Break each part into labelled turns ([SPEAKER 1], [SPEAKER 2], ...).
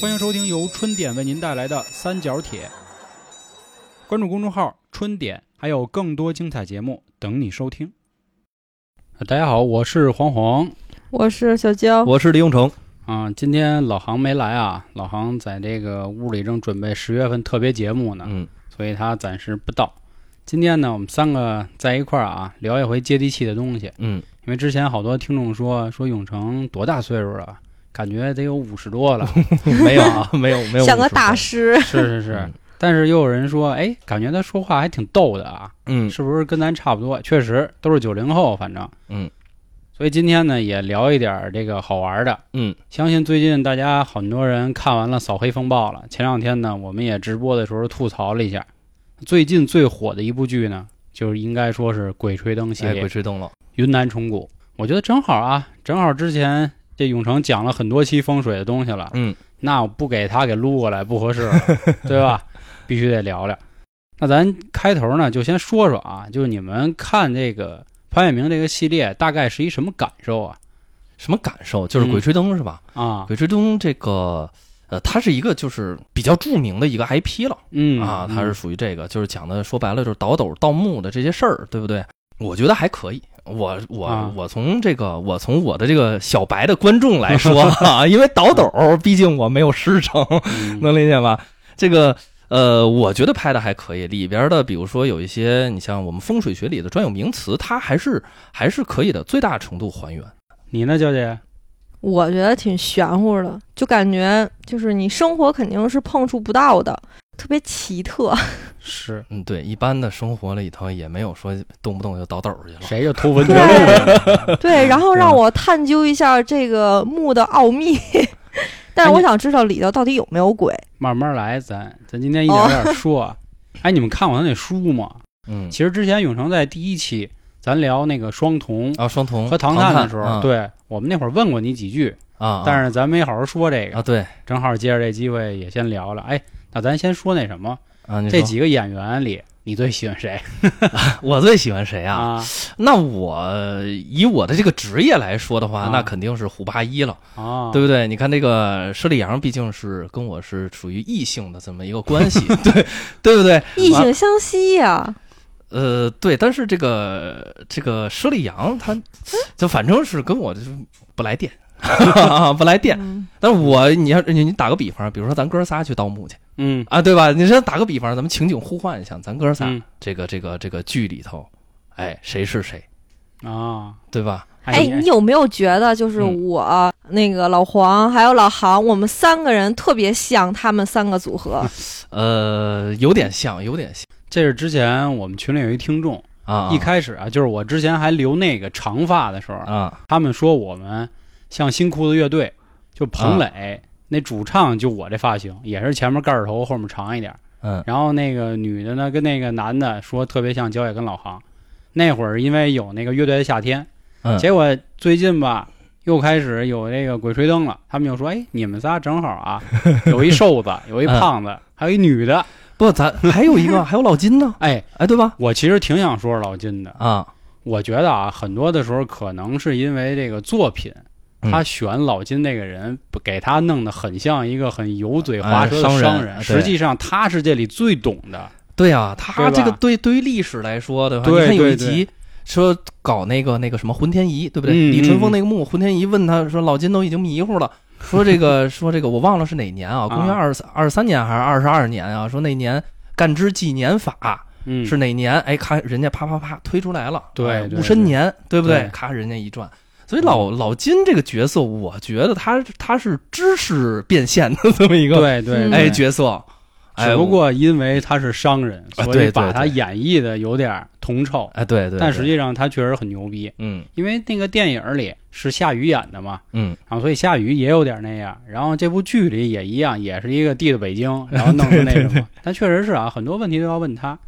[SPEAKER 1] 欢迎收听由春点为您带来的《三角铁》，关注公众号“春点”，还有更多精彩节目等你收听。呃大家好，我是黄黄
[SPEAKER 2] 我是小娇，
[SPEAKER 3] 我是李永成，
[SPEAKER 1] 啊、今天老航没来啊，老航在这个屋里正准备十月份特别节目呢，
[SPEAKER 3] 嗯，
[SPEAKER 1] 所以他暂时不到。今天呢，我们三个在一块儿啊，聊一回接地气的东西。
[SPEAKER 3] 嗯，
[SPEAKER 1] 因为之前好多听众说说永成多大岁数了，感觉得有五十多了，
[SPEAKER 3] 没有啊， 没有没有，
[SPEAKER 2] 像个大，师，
[SPEAKER 1] 是是是
[SPEAKER 3] 嗯。
[SPEAKER 1] 但是又有人说，哎，感觉他说话还挺逗的啊，
[SPEAKER 3] 嗯
[SPEAKER 1] 是不是跟咱差不多？确实都是九零后，反正
[SPEAKER 3] 嗯。
[SPEAKER 1] 所以今天呢，也聊一点这个好玩的。
[SPEAKER 3] 嗯，
[SPEAKER 1] 相信最近大家很多人看完了《扫黑风暴》了。前两天呢，我们也直播的时候吐槽了一下，最近最火的一部剧呢，就是应该说是《鬼吹灯》系
[SPEAKER 3] 哎，
[SPEAKER 1] 列，
[SPEAKER 3] 鬼吹灯了，
[SPEAKER 1] 云南虫谷。我觉得正好啊，正好之前这永成讲了很多期风水的东西了，
[SPEAKER 3] 嗯，
[SPEAKER 1] 那我不给他给撸过来不合适了，对吧？必须得聊聊。那咱开头呢，就先说说啊，就是你们看这个潘粤明这个系列，大概是一什么感受啊？
[SPEAKER 3] 什么感受？就是
[SPEAKER 1] 嗯
[SPEAKER 3] 鬼吹灯是吧？
[SPEAKER 1] 啊，
[SPEAKER 3] 鬼吹灯这个，呃，它是一个就是比较著名的一个 IP 了
[SPEAKER 1] 嗯
[SPEAKER 3] 啊，它是属于这个，就是讲的说白了就是倒斗盗墓的这些事儿，对不对？我觉得还可以。我我
[SPEAKER 1] 啊
[SPEAKER 3] 我从这个我从我的这个小白的观众来 说啊，因为倒斗，毕竟我没有师承，
[SPEAKER 1] 嗯
[SPEAKER 3] 能理解吧？这个呃，我觉得拍的还可以，里边的比如说有一些，你像我们风水学里的专有名词，它还是还是可以的，最大程度还原。
[SPEAKER 1] 你呢，娇姐？
[SPEAKER 2] 我觉得挺玄乎的，就感觉就是你生活肯定是碰触不到的，特别奇特。
[SPEAKER 1] 是
[SPEAKER 3] 嗯，对，一般的生活里头也没有说动不动就倒斗去了。
[SPEAKER 1] 谁就偷坟掘墓 去了？
[SPEAKER 2] 对，然后让我探究一下这个墓的奥秘， 但
[SPEAKER 3] 哎
[SPEAKER 2] 是我想知道里头到底有没有鬼。
[SPEAKER 1] 慢慢来，咱咱今天一点点说啊。哎，你们看过他那书吗？
[SPEAKER 3] 嗯，
[SPEAKER 1] 其实之前永成在第一期咱聊那个双瞳
[SPEAKER 3] 啊，双瞳
[SPEAKER 1] 和哦唐
[SPEAKER 3] 探
[SPEAKER 1] 探嗯哦的时候，
[SPEAKER 3] 啊
[SPEAKER 1] 对我们那会儿问过你几句，
[SPEAKER 3] 啊，
[SPEAKER 1] 但是咱没好好说这
[SPEAKER 3] 是
[SPEAKER 1] 个，
[SPEAKER 3] 啊，对
[SPEAKER 1] 正好借着这机会也先聊了。哎，那咱先说那什么，
[SPEAKER 3] 啊，你
[SPEAKER 1] 这
[SPEAKER 3] 说
[SPEAKER 1] 几个演员里你最喜欢谁
[SPEAKER 3] 我最喜欢谁啊？
[SPEAKER 1] 啊？
[SPEAKER 3] 那我以我的这个职业来说的话
[SPEAKER 1] 啊，
[SPEAKER 3] 那肯定是胡八一了。
[SPEAKER 1] 啊，
[SPEAKER 3] 对不对？你看这个佘丽阳，毕竟是跟我是处于异性的这么一个关系， 对对不对？
[SPEAKER 2] 异性相吸呀、
[SPEAKER 3] 呃，对，但是这个这个佘丽阳，他就反正是跟我就是不来电， 不来电。
[SPEAKER 2] 嗯
[SPEAKER 3] 但是我你要你你打个比方，比如说咱哥仨去盗墓去
[SPEAKER 1] 嗯，
[SPEAKER 3] 啊，对吧？你说打个比方，咱们情景互换一下，咱哥仨、
[SPEAKER 1] 嗯
[SPEAKER 3] 这个这个这个剧里头，哎，谁是谁，
[SPEAKER 1] 啊，
[SPEAKER 3] 对吧？
[SPEAKER 2] 哎，你有没有觉得，就是
[SPEAKER 3] 嗯
[SPEAKER 2] 我、那个老黄还有老航，我们三个人特别像他们三个组合？
[SPEAKER 3] 呃，有点像，有点像
[SPEAKER 1] 这是之前我们群里有一听众，
[SPEAKER 3] 啊，
[SPEAKER 1] 一开始啊，就是我之前还留那个长发的时候，
[SPEAKER 3] 啊
[SPEAKER 1] 他们说我们像新裤子乐队，就彭磊、
[SPEAKER 3] 啊
[SPEAKER 1] 那主唱就我这发型，也是前面盖儿头，后面长一点。
[SPEAKER 3] 嗯
[SPEAKER 1] 然后那个女的呢，跟那个男的说特别像焦野跟老航。那会儿因为有那个乐队的夏天，
[SPEAKER 3] 嗯，
[SPEAKER 1] 结果最近吧又开始有那个鬼吹灯了，他们就说：“哎，你们仨正好 啊，有一瘦子，有一胖
[SPEAKER 3] 嗯
[SPEAKER 1] 子，还有一女的。
[SPEAKER 3] 不，咱还有一个，还有老金呢”，
[SPEAKER 1] 哎，
[SPEAKER 3] 哎，对吧？
[SPEAKER 1] 我其实挺想说老金的，
[SPEAKER 3] 啊，
[SPEAKER 1] 我觉得啊，很多的时候可能是因为这个作品，他
[SPEAKER 3] 嗯
[SPEAKER 1] 选老金那个人，不给他弄得很像一个很油嘴滑
[SPEAKER 3] 哎
[SPEAKER 1] 舌的
[SPEAKER 3] 商人
[SPEAKER 1] 商
[SPEAKER 3] 对
[SPEAKER 1] 实际上他是这里最懂的。
[SPEAKER 3] 对啊，他
[SPEAKER 1] 对吧
[SPEAKER 3] 这个对对于历史来说的话，
[SPEAKER 1] 对
[SPEAKER 3] 你看有
[SPEAKER 1] 对对
[SPEAKER 3] 一集说搞那个那个什么浑天仪，对不对？
[SPEAKER 1] 嗯
[SPEAKER 3] 李淳风那个墓，浑天仪问他说，老金都已经 迷糊了。说这个，说这个，我忘了是哪年啊？公元
[SPEAKER 1] 啊
[SPEAKER 3] 二二三年还是二十二年啊？说那年干支纪年法
[SPEAKER 1] 嗯，
[SPEAKER 3] 是哪年？哎，看人家啪啪啪推出来了，
[SPEAKER 1] 对
[SPEAKER 3] 哎
[SPEAKER 1] 对
[SPEAKER 3] 戊申年，对不
[SPEAKER 1] 对嗯
[SPEAKER 3] 对？咔，人家一转。所以老老金这个角色，我觉得他他是知识变现的这么一个
[SPEAKER 1] 对对，
[SPEAKER 2] 嗯
[SPEAKER 1] 对
[SPEAKER 3] 哎角色，哎
[SPEAKER 1] 只不过因为他是商人，
[SPEAKER 3] 啊
[SPEAKER 1] 所以
[SPEAKER 3] 对
[SPEAKER 1] 把
[SPEAKER 3] 对
[SPEAKER 1] 他
[SPEAKER 3] 对
[SPEAKER 1] 演绎的有点儿铜臭，
[SPEAKER 3] 哎对对，
[SPEAKER 1] 但
[SPEAKER 3] 对
[SPEAKER 1] 实际上他确实很牛逼。
[SPEAKER 3] 嗯
[SPEAKER 1] 因为那个电影里是夏雨演的嘛，
[SPEAKER 3] 嗯
[SPEAKER 1] 然后所以夏雨也有点那样，然后这部剧里也一样，也是一个地的北京，然后弄的那什么，但确实是啊，很多问题都要问他。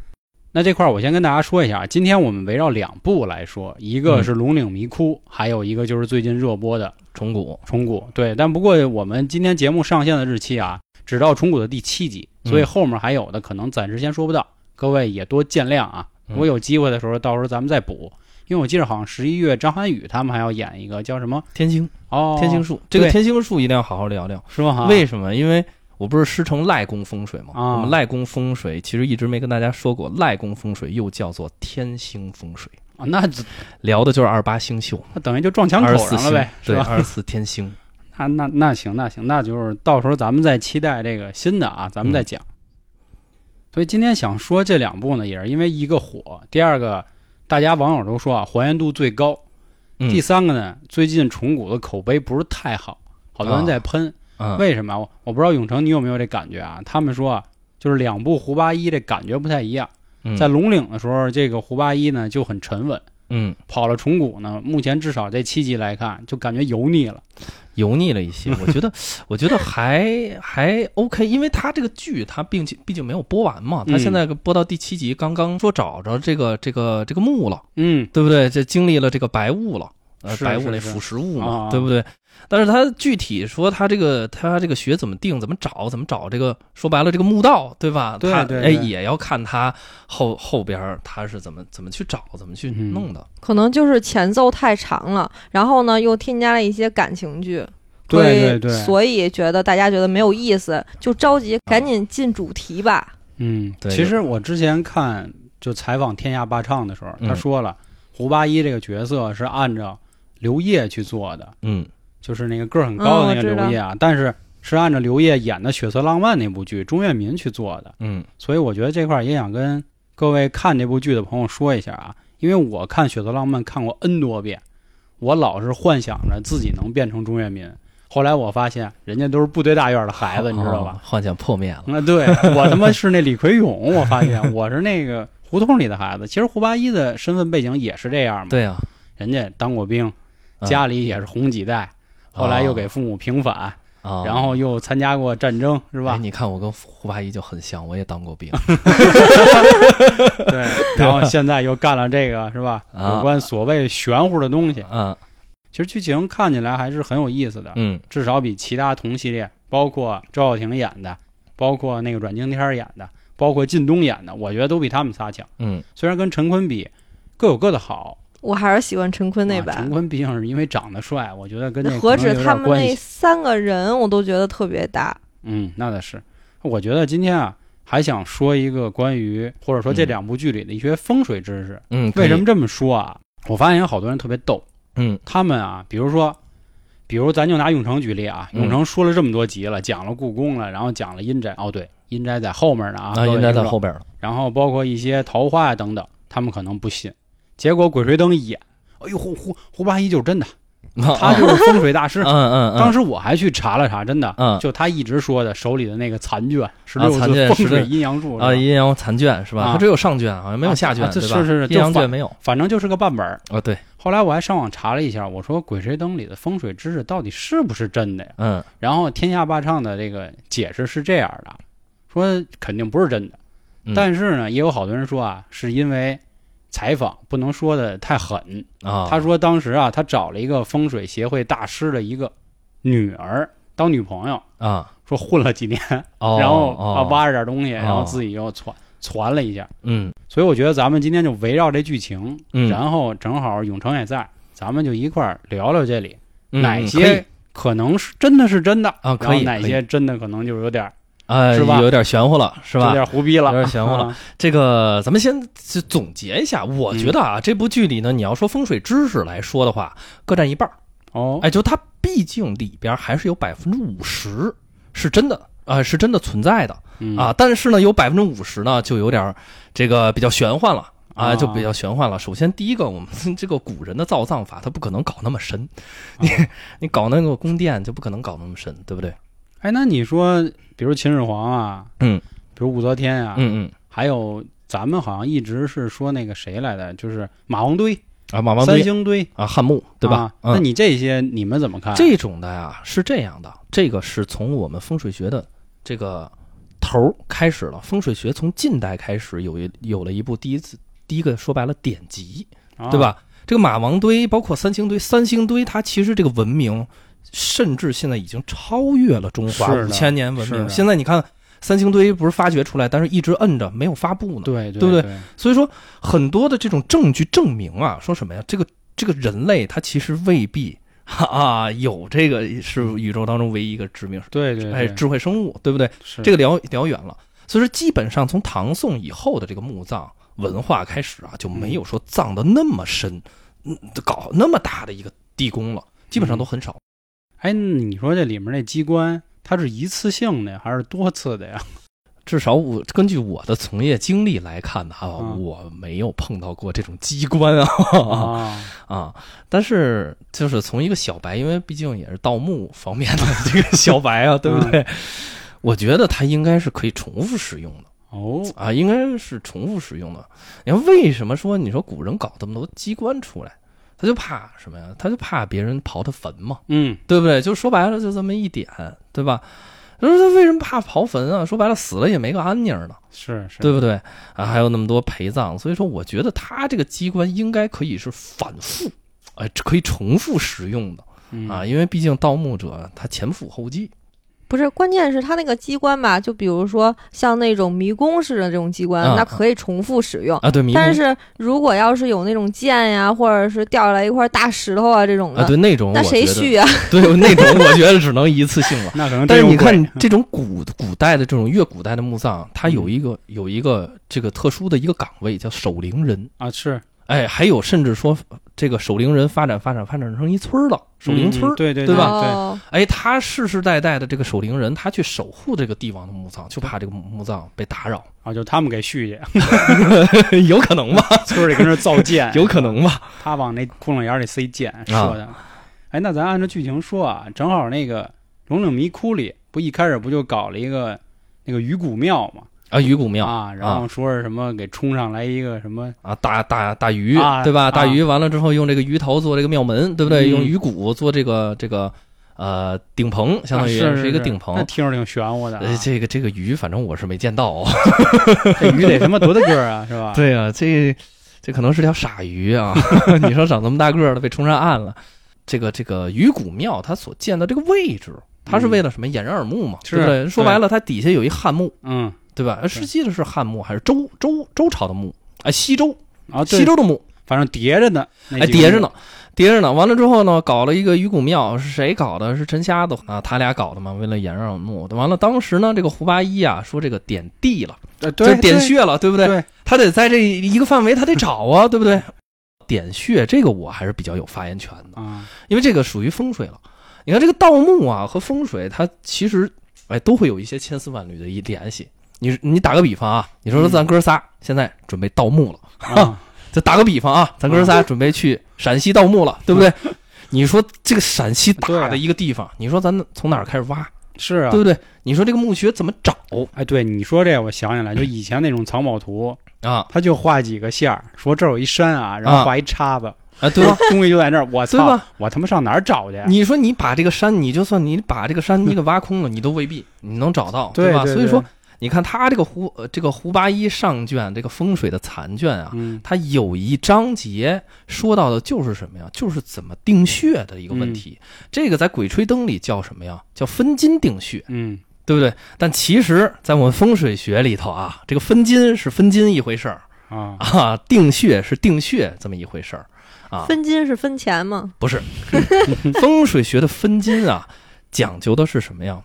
[SPEAKER 1] 那这块儿我先跟大家说一下，今天我们围绕两部来说，一个是《龙岭迷窟》，还有一个就是最近热播的
[SPEAKER 3] 虫谷
[SPEAKER 1] 虫谷，对，但不过我们今天节目上线的日期啊，只到虫谷的第七集，所以
[SPEAKER 3] 嗯
[SPEAKER 1] 后面还有的可能暂时先说不到，各位也多见谅啊。
[SPEAKER 3] 嗯
[SPEAKER 1] 如果有机会的时候，到时候咱们再补。因为我记得好像十一月张涵予他们还要演一个叫什么
[SPEAKER 3] 天星，
[SPEAKER 1] 哦，
[SPEAKER 3] 天星术，这个
[SPEAKER 1] 对
[SPEAKER 3] 天星术一定要好好聊聊。
[SPEAKER 1] 是吗？哈
[SPEAKER 3] 为什么？因为我不是师承赖公风水吗？
[SPEAKER 1] 啊
[SPEAKER 3] 我们赖公风水其实一直没跟大家说过，赖公风水又叫做天星风水，
[SPEAKER 1] 啊那
[SPEAKER 3] 聊的就是二八星宿、
[SPEAKER 1] 那等于就撞枪
[SPEAKER 3] 二
[SPEAKER 1] 口
[SPEAKER 3] 十四
[SPEAKER 1] 上了
[SPEAKER 3] 星
[SPEAKER 1] 呗，是
[SPEAKER 3] 对，
[SPEAKER 1] 吧？
[SPEAKER 3] 二十四天星。
[SPEAKER 1] 那那那行，那行，那就是到时候咱们再期待这个新的啊，咱们再
[SPEAKER 3] 嗯
[SPEAKER 1] 讲。所以今天想说这两部呢，也是因为一个火，第二个大家网友都说啊，还原度最高。
[SPEAKER 3] 嗯
[SPEAKER 1] 第三个呢，最近重古的口碑不是太好，好多人在喷，
[SPEAKER 3] 啊，
[SPEAKER 1] 为什么啊？我我不知道永成你有没有这感觉啊？他们说啊，就是两部胡八一这感觉不太一样。
[SPEAKER 3] 嗯
[SPEAKER 1] 在龙岭的时候，这个胡八一呢就很沉稳，
[SPEAKER 3] 嗯
[SPEAKER 1] 跑了重古呢，目前至少这七集来看，就感觉油腻了。
[SPEAKER 3] 油腻了 一些，我觉得我觉得还还 OK，因为他这个剧他并且毕竟没有播完嘛，他
[SPEAKER 1] 嗯
[SPEAKER 3] 现在播到第七集，刚刚说找着这个这个这个墓了。
[SPEAKER 1] 嗯，
[SPEAKER 3] 对不对？这经历了这个白雾了，呃，
[SPEAKER 1] 是
[SPEAKER 3] 白雾
[SPEAKER 1] 是
[SPEAKER 3] 那
[SPEAKER 1] 是
[SPEAKER 3] 腐蚀物嘛，
[SPEAKER 1] 啊啊
[SPEAKER 3] 对不对？但是他具体说他这个他这个学怎么定，怎么找，怎么找这个，说白了这个墓道，对吧？
[SPEAKER 1] 对
[SPEAKER 3] 他
[SPEAKER 1] 对
[SPEAKER 3] 哎
[SPEAKER 1] 对
[SPEAKER 3] 也要看他后后边儿他是怎么怎么去找，怎么去
[SPEAKER 1] 嗯
[SPEAKER 3] 弄的。
[SPEAKER 2] 可能就是前奏太长了，然后呢又添加了一些感情剧，
[SPEAKER 1] 对对
[SPEAKER 2] 会
[SPEAKER 1] 对，
[SPEAKER 2] 所以觉得大家觉得没有意思，就着急赶紧进主题吧。
[SPEAKER 1] 嗯，
[SPEAKER 3] 对
[SPEAKER 1] 其实我之前看就采访天下霸唱的时候，
[SPEAKER 3] 嗯
[SPEAKER 1] 他说了，胡八一这个角色是按照刘烨去做的，
[SPEAKER 3] 嗯
[SPEAKER 1] 就是那个个儿很高的那个刘烨啊，但是是按照刘烨演的《血色浪漫》那部剧钟跃民去做的，
[SPEAKER 3] 嗯
[SPEAKER 1] 所以我觉得这块儿也想跟各位看这部剧的朋友说一下啊，因为我看《血色浪漫》看过 N 多遍，我老是幻想着自己能变成钟跃民，后来我发现人家都是部队大院的孩子，你知道吧
[SPEAKER 3] 哦？幻想破灭了。
[SPEAKER 1] 啊，对我他妈是那李奎勇，我发现我是那个胡同里的孩子。其实胡八一的身份背景也是这样嘛，
[SPEAKER 3] 对啊呀、
[SPEAKER 1] 人家当过兵，
[SPEAKER 3] 啊，
[SPEAKER 1] 嗯家里也是红几代，后来又
[SPEAKER 2] 哦
[SPEAKER 1] 给父母平反，
[SPEAKER 3] 啊，
[SPEAKER 1] 然后又参加过战争，是
[SPEAKER 3] 是
[SPEAKER 2] 哎
[SPEAKER 1] 吧？
[SPEAKER 3] 你看我跟胡八一就很像，我也 当过兵。
[SPEAKER 1] 对，然后现在又干了这个，是吧？
[SPEAKER 3] 啊
[SPEAKER 1] 有关所谓玄乎的东西，
[SPEAKER 3] 嗯
[SPEAKER 1] 其实剧情看起来还是很有意思的，
[SPEAKER 3] 嗯
[SPEAKER 1] 至少比其他同系列，包括赵又廷演的，包括那个阮经天演的，包括靳东演的，我觉得都比他们仨强。
[SPEAKER 3] 嗯，
[SPEAKER 1] 虽然跟陈坤比各有各的好，
[SPEAKER 2] 我还是喜欢陈坤那
[SPEAKER 1] 啊陈
[SPEAKER 2] 版，
[SPEAKER 1] 坤毕竟是因为长得帅，我觉得跟那
[SPEAKER 2] 何
[SPEAKER 1] 可能
[SPEAKER 2] 止
[SPEAKER 1] 有
[SPEAKER 2] 他
[SPEAKER 1] 点
[SPEAKER 2] 们
[SPEAKER 1] 关
[SPEAKER 2] 那
[SPEAKER 1] 系。
[SPEAKER 2] 三个人，我都觉得特别搭。
[SPEAKER 1] 嗯，那倒是。我觉得今天啊，还想说一个关于或者说这
[SPEAKER 3] 嗯
[SPEAKER 1] 两部剧里的一些风水知识。
[SPEAKER 3] 嗯，可以
[SPEAKER 1] 为什么？这么说啊？我发现有好多人特别逗，
[SPEAKER 3] 嗯
[SPEAKER 1] 他们啊，比如说，比如咱就拿永成举例啊，
[SPEAKER 3] 嗯
[SPEAKER 1] 永成说了这么多集了，讲了故宫了，然后讲了阴宅，哦对，阴宅在后面呢啊，各位
[SPEAKER 3] 应该在
[SPEAKER 1] 听众
[SPEAKER 3] 后边了。
[SPEAKER 1] 然后包括一些桃花啊呀等等，他们可能不信。结果鬼吹灯一演，哎呦，胡胡胡八一就是真 的，他就是风水大师。
[SPEAKER 3] 啊嗯嗯嗯，
[SPEAKER 1] 当时我还去查了查，真的，
[SPEAKER 3] 嗯
[SPEAKER 1] 就他一直说的手里的那个残卷，十六
[SPEAKER 3] 啊残卷
[SPEAKER 1] 字风
[SPEAKER 3] 是
[SPEAKER 1] 水阴阳术
[SPEAKER 3] 啊，
[SPEAKER 1] 是吧
[SPEAKER 3] 阴阳残卷是吧？
[SPEAKER 1] 啊
[SPEAKER 3] 它只有上卷，好像没有下卷，
[SPEAKER 1] 啊这
[SPEAKER 3] 对吧？
[SPEAKER 1] 是是是
[SPEAKER 3] 阴阳
[SPEAKER 1] 就
[SPEAKER 3] 卷
[SPEAKER 1] 反
[SPEAKER 3] 没有
[SPEAKER 1] 反正就是个半本儿。
[SPEAKER 3] 啊，对，
[SPEAKER 1] 后来我还上网查了一下，我说《鬼吹灯》里的风水知识到底是不是真的呀？
[SPEAKER 3] 嗯
[SPEAKER 1] 然后天下霸唱的这个解释是这样的，说肯定不是真的，
[SPEAKER 3] 嗯
[SPEAKER 1] 但是呢，也有好多人说啊，是因为采访不能说的太狠，
[SPEAKER 3] 啊，
[SPEAKER 1] 他说当时啊，他找了一个风水协会大师的一个女儿当女朋友，
[SPEAKER 3] 啊，
[SPEAKER 1] 说混了几年，
[SPEAKER 3] 哦，
[SPEAKER 1] 然后啊
[SPEAKER 3] 哦，
[SPEAKER 1] 挖着点东西，
[SPEAKER 3] 哦
[SPEAKER 1] 然后自己又传传了一下。
[SPEAKER 3] 嗯
[SPEAKER 1] 所以我觉得咱们今天就围绕这剧情，
[SPEAKER 3] 嗯
[SPEAKER 1] 然后正好永成也在，咱们就一块儿聊聊这里、
[SPEAKER 3] 嗯
[SPEAKER 1] 哪
[SPEAKER 3] 可以
[SPEAKER 1] 些可能是真的是真的，
[SPEAKER 3] 啊
[SPEAKER 1] 然
[SPEAKER 3] 可
[SPEAKER 1] 后
[SPEAKER 3] 以
[SPEAKER 1] 哪
[SPEAKER 3] 可以
[SPEAKER 1] 些真的可能就有点儿
[SPEAKER 3] 哎
[SPEAKER 1] 是吧
[SPEAKER 3] 有点玄乎了是
[SPEAKER 1] 有
[SPEAKER 3] 吧？
[SPEAKER 1] 点胡逼了，
[SPEAKER 3] 有点玄乎了
[SPEAKER 1] 啊。
[SPEAKER 3] 这个咱们先就总结一下，我觉得
[SPEAKER 1] 嗯
[SPEAKER 3] 啊，这部剧里呢，你要说风水知识来说的话，各占一半儿。
[SPEAKER 1] 哦，
[SPEAKER 3] 哎，就它毕竟里边还是有百分之五十是真的啊、是真的存在的。
[SPEAKER 1] 嗯
[SPEAKER 3] 啊，，但是呢，有百分之五十呢，就有点儿这个比较玄幻了。啊，
[SPEAKER 1] 啊
[SPEAKER 3] 就比较玄幻了。首先，第一个，我们 这个古人的造葬法，它不可能搞那么深，
[SPEAKER 1] 啊
[SPEAKER 3] 你你搞那个宫殿就不可能搞那么深，对不对？
[SPEAKER 1] 哎，那你说，比如秦始皇啊，
[SPEAKER 3] 嗯，
[SPEAKER 1] 比如武则天啊，
[SPEAKER 3] 嗯嗯。
[SPEAKER 1] 还有咱们好像一直是说那个谁来的，就是马王堆、
[SPEAKER 3] 啊，马王
[SPEAKER 1] 三
[SPEAKER 3] 堆
[SPEAKER 1] 星堆，
[SPEAKER 3] 啊，汉墓，对吧
[SPEAKER 1] 啊？那
[SPEAKER 3] 嗯，
[SPEAKER 1] 你啊这些你们怎么看？
[SPEAKER 3] 这种的呀是这样的，这个是从我们风水学的这个头儿开始了。风水学从近代开始有一有了一部第一次第一个说白了典籍，
[SPEAKER 1] 啊
[SPEAKER 3] 对？吧？这个马王堆，包括三星堆，三星堆它其实这个文明，甚至现在已经超越了中华
[SPEAKER 1] 是的
[SPEAKER 3] 五千年文
[SPEAKER 1] 是
[SPEAKER 3] 明。
[SPEAKER 1] 的
[SPEAKER 3] 现在你看，三星堆不是发掘出来，但是一直摁着没有发布呢。
[SPEAKER 1] 对
[SPEAKER 3] 对
[SPEAKER 1] 对
[SPEAKER 3] 不
[SPEAKER 1] 对，
[SPEAKER 3] 所以说，很多的这种证据证明啊，说什么呀？这个这个人类他其实未必 哈啊有这个是宇宙当中唯一一个知名
[SPEAKER 1] 对对，
[SPEAKER 3] 哎
[SPEAKER 1] 对
[SPEAKER 3] 智慧生物，对不对？
[SPEAKER 1] 是
[SPEAKER 3] 这个聊聊远了。所以说，基本上从唐宋以后的这个墓葬文化开始啊，就没有说葬的那么深，嗯搞那么大的一个地宫了，基本上都很少。
[SPEAKER 1] 哎，你说这里面那机关，它是一次性的呀还是多次的呀？
[SPEAKER 3] 至少我根据我的从业经历来看呢啊，
[SPEAKER 1] 嗯
[SPEAKER 3] 我没有碰到过这种机关啊。
[SPEAKER 1] 啊，
[SPEAKER 3] 啊，但是就是从一个小白，因为毕竟也是盗墓方面的这个小白啊，对不对？我觉得它应该是可以重复使用的
[SPEAKER 1] 哦，
[SPEAKER 3] 啊，应该是重复使用的。你看为什么说你说古人搞这么多机关出来，他就怕什么呀？他就怕别人刨他坟嘛，
[SPEAKER 1] 嗯，
[SPEAKER 3] 对不对？就说白了就这么一点，对吧？就是他为什么怕刨坟啊？说白了死了也没个安宁呢。
[SPEAKER 1] 是是，
[SPEAKER 3] 对不对啊？还有那么多陪葬，所以说我觉得它这个机关应该可以是反复，哎、可以重复使用的
[SPEAKER 1] 嗯。
[SPEAKER 3] 啊，因为毕竟盗墓者他前赴后继，
[SPEAKER 2] 不是，关键是它那个机关吧，就比如说像那种迷宫式的这种机关，
[SPEAKER 3] 啊
[SPEAKER 2] 那可以重复使用。
[SPEAKER 3] 啊，对，迷宫
[SPEAKER 2] 但是如果要是有那种剑呀，或者是掉下来一块大石头啊这种的，
[SPEAKER 3] 啊，对那种
[SPEAKER 2] 那
[SPEAKER 3] 我觉
[SPEAKER 2] 谁
[SPEAKER 3] 得
[SPEAKER 2] 续啊？
[SPEAKER 3] 对那种我觉得只能一次性了
[SPEAKER 1] 那可能这
[SPEAKER 3] 但是
[SPEAKER 1] 种
[SPEAKER 3] 你看
[SPEAKER 1] 鬼啊
[SPEAKER 3] 这种古古代的这种越古代的墓葬，它
[SPEAKER 1] 嗯
[SPEAKER 3] 有一个有一个这个特殊的一个岗位叫守陵人，
[SPEAKER 1] 啊，是
[SPEAKER 3] 哎，还有甚至说这个守陵人发展发展发展成一村儿了，守陵
[SPEAKER 1] 嗯
[SPEAKER 3] 村儿。
[SPEAKER 1] 嗯对对
[SPEAKER 3] 对吧
[SPEAKER 1] 对，
[SPEAKER 2] 哦、
[SPEAKER 3] 哎，他世世代代的这个守陵人，他去守护这个帝王的墓葬，就怕这个墓葬被打 扰，
[SPEAKER 1] 啊，就他们给续去，
[SPEAKER 3] 有可能吧？，
[SPEAKER 1] 村里跟这造箭
[SPEAKER 3] 有啊可能吧？
[SPEAKER 1] 他往那窟窿眼里塞箭射的。哎，那咱按照剧情说啊，正好那个龙岭迷窟里不一开始不就搞了一个那个鱼骨庙嘛
[SPEAKER 3] 啊，鱼骨庙
[SPEAKER 1] 啊，然后说是什么给冲上来一个什么
[SPEAKER 3] 啊，打打打鱼，
[SPEAKER 1] 啊
[SPEAKER 3] 对吧？
[SPEAKER 1] 啊
[SPEAKER 3] 打鱼完了之后，用这个鱼头做这个庙门，对不对？
[SPEAKER 1] 嗯
[SPEAKER 3] 用鱼骨做这个这个呃顶棚，相当于
[SPEAKER 1] 啊是
[SPEAKER 3] 一个
[SPEAKER 1] 是
[SPEAKER 3] 顶
[SPEAKER 1] 那
[SPEAKER 3] 棚。
[SPEAKER 1] 听着挺玄乎的啊、
[SPEAKER 3] 呃，这个这个鱼，反正我是没见到、哦。
[SPEAKER 1] 这哎鱼得他妈多大个儿啊，是吧？
[SPEAKER 3] 对啊，这这可能是条傻鱼 啊！你说长这么大个儿的被冲上岸了，这个这个鱼骨庙它所建的这个位置，它是为了什么？掩人耳目嘛，
[SPEAKER 1] 是
[SPEAKER 3] 对不嗯对？说白了，它底下有一汉墓，
[SPEAKER 1] 嗯，
[SPEAKER 3] 对吧？呃实际的是汉墓还是周周周朝的墓？哎，西周，
[SPEAKER 1] 啊，对
[SPEAKER 3] 西周的墓，
[SPEAKER 1] 反正叠着呢，那
[SPEAKER 3] 哎，
[SPEAKER 1] 几个
[SPEAKER 3] 叠着呢，叠着呢。完了之后呢，搞了一个鱼骨庙，是谁搞的？是陈瞎子啊，他俩搞的嘛，为了掩人耳目。完了，当时呢，这个胡八一啊，说这个点地了，
[SPEAKER 1] 呃，
[SPEAKER 3] 就
[SPEAKER 1] 对，
[SPEAKER 3] 点穴了，对不对？
[SPEAKER 1] 对，
[SPEAKER 3] 他得在这一个范围，他得找啊，对不对？点穴这个我还是比较有发言权的，
[SPEAKER 1] 啊，
[SPEAKER 3] 因为这个属于风水了。你看这个盗墓啊和风水，它其实哎都会有一些千丝万缕的一联系。你你打个比方啊，你说
[SPEAKER 1] 嗯
[SPEAKER 3] 说咱哥仨现在准备盗墓了，
[SPEAKER 1] 啊
[SPEAKER 3] 就打个比方啊，咱哥仨
[SPEAKER 1] 嗯
[SPEAKER 3] 准备去陕西盗墓了，对 不对？你说这个陕西大的一个地方，你说咱从哪儿开始挖，
[SPEAKER 1] 啊是啊
[SPEAKER 3] 对，不对？你说这个墓穴怎么找
[SPEAKER 1] 哎，对，你说这我想起来，就以前那种藏宝图，
[SPEAKER 3] 啊？
[SPEAKER 1] 他就画几个线儿，说这儿有一山啊，然后画一叉子，
[SPEAKER 3] 啊，对吧？
[SPEAKER 1] 东西就在那儿，我
[SPEAKER 3] 对
[SPEAKER 1] 操
[SPEAKER 3] 吧，
[SPEAKER 1] 我他妈上哪儿找去啊？
[SPEAKER 3] 你说你把这个山，你就算你把这个山你给挖空了，你都未必你能找到，
[SPEAKER 1] 对
[SPEAKER 3] 吧？
[SPEAKER 1] 对
[SPEAKER 3] 所以
[SPEAKER 1] 对
[SPEAKER 3] 说，你看他这个胡呃这个胡八一上卷这个风水的残卷啊，
[SPEAKER 1] 嗯，
[SPEAKER 3] 他有一章节说到的就是什么呀？就是怎么定穴的一个问题。这个在《鬼吹灯》里叫什么呀？叫分金定穴，
[SPEAKER 1] 嗯，
[SPEAKER 3] 对不对？但其实，在我们风水学里头啊，这个分金是分金一回事儿
[SPEAKER 1] 啊，
[SPEAKER 3] 啊，定穴是定穴这么一回事儿啊。
[SPEAKER 2] 分金是分钱吗？
[SPEAKER 3] 不是，风水学的分金啊， 讲究的是什么呀？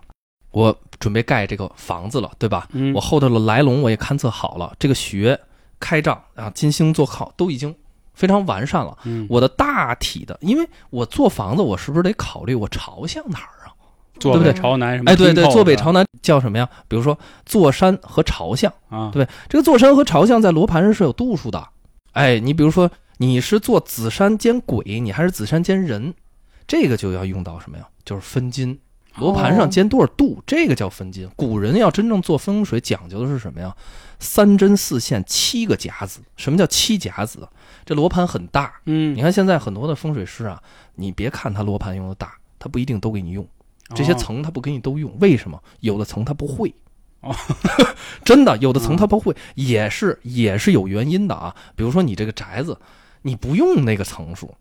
[SPEAKER 3] 我准备盖这个房子了，对吧？
[SPEAKER 1] 嗯，
[SPEAKER 3] 我后头的来龙我也勘测好了，这个穴开张啊，金星做靠都已经非常完善了。
[SPEAKER 1] 嗯
[SPEAKER 3] 我的大体的，因为我做房子，我是不是得考虑我朝向哪儿啊？
[SPEAKER 1] 坐北
[SPEAKER 3] 对不
[SPEAKER 1] 朝南什么？
[SPEAKER 3] 哎，对对，坐北
[SPEAKER 1] 朝
[SPEAKER 3] 朝南叫什么呀？比如说坐山和朝向，
[SPEAKER 1] 啊，
[SPEAKER 3] 对这个坐山和朝向在罗盘上是有度数的。哎，你比如说你是坐子山兼鬼，你还是子山兼人，这个就要用到什么呀？就是分金。罗盘上兼多少度，这个叫分金。古人要真正做风水，讲究的是什么呀？三针四线，七个夹子。什么叫七夹子？啊这罗盘很大，
[SPEAKER 1] 嗯，
[SPEAKER 3] 你看现在很多的风水师啊，你别看他罗盘用的大，他不一定都给你用。这些
[SPEAKER 1] 哦
[SPEAKER 3] 层它不给你都用，为什么？有的层它不会
[SPEAKER 1] 哦， 嗯
[SPEAKER 3] 真的有的层它不会，也是也是有原因的啊。比如说你这个宅子，你不用那个层数，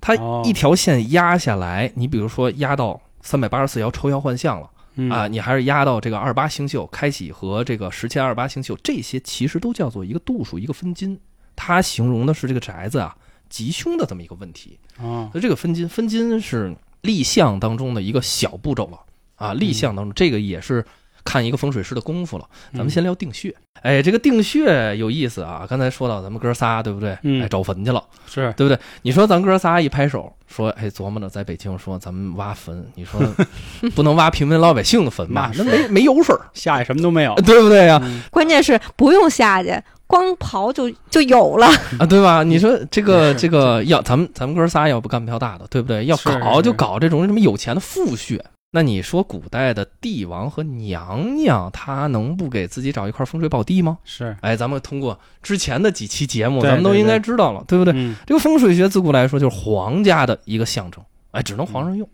[SPEAKER 3] 它
[SPEAKER 1] 哦
[SPEAKER 3] 一条线压下来，你比如说压到三百八十四爻抽爻换象了，
[SPEAKER 1] 嗯
[SPEAKER 3] 啊，你还是压到这个二八星宿、开启和这个十千二八星宿，这些其实都叫做一个度数、一个分金。它形容的是这个宅子啊吉凶的这么一个问题。
[SPEAKER 1] 哦，
[SPEAKER 3] 所以这个分金，分金是立项当中的一个小步骤了啊。立项当中，这个也是看一个风水师的功夫了。咱
[SPEAKER 1] 嗯
[SPEAKER 3] 们先聊定穴。哎，这个定穴有意思啊！刚才说到咱们哥仨，对不对？
[SPEAKER 1] 嗯
[SPEAKER 3] 哎，找坟去了，
[SPEAKER 1] 嗯是
[SPEAKER 3] 对不对？你说咱哥仨一拍手说，哎，琢磨着在北京说咱们挖坟，你说不能挖平民老百姓的坟吧？
[SPEAKER 1] 那
[SPEAKER 3] 那
[SPEAKER 1] 是
[SPEAKER 3] 没没油水儿，
[SPEAKER 1] 下去什么都没有。
[SPEAKER 3] 对不对呀、啊？
[SPEAKER 1] 嗯
[SPEAKER 2] 关键是不用下去，光刨就就有了。
[SPEAKER 3] 啊对吧？你说这个
[SPEAKER 1] 是
[SPEAKER 3] 这个要咱们咱们哥仨要不干票大的，对不对？要
[SPEAKER 1] 是是
[SPEAKER 3] 搞就是搞这种什么有钱的富穴。那你说古代的帝王和娘娘，她能不给自己找一块风水宝地吗？
[SPEAKER 1] 是，
[SPEAKER 3] 哎，咱们通过之前的几期节目，
[SPEAKER 1] 对
[SPEAKER 3] 咱们都
[SPEAKER 1] 对
[SPEAKER 3] 应该
[SPEAKER 1] 对
[SPEAKER 3] 知道了，对不对？
[SPEAKER 1] 嗯
[SPEAKER 3] 这个风水学自古来说就是皇家的一个象征，哎，只能皇上用，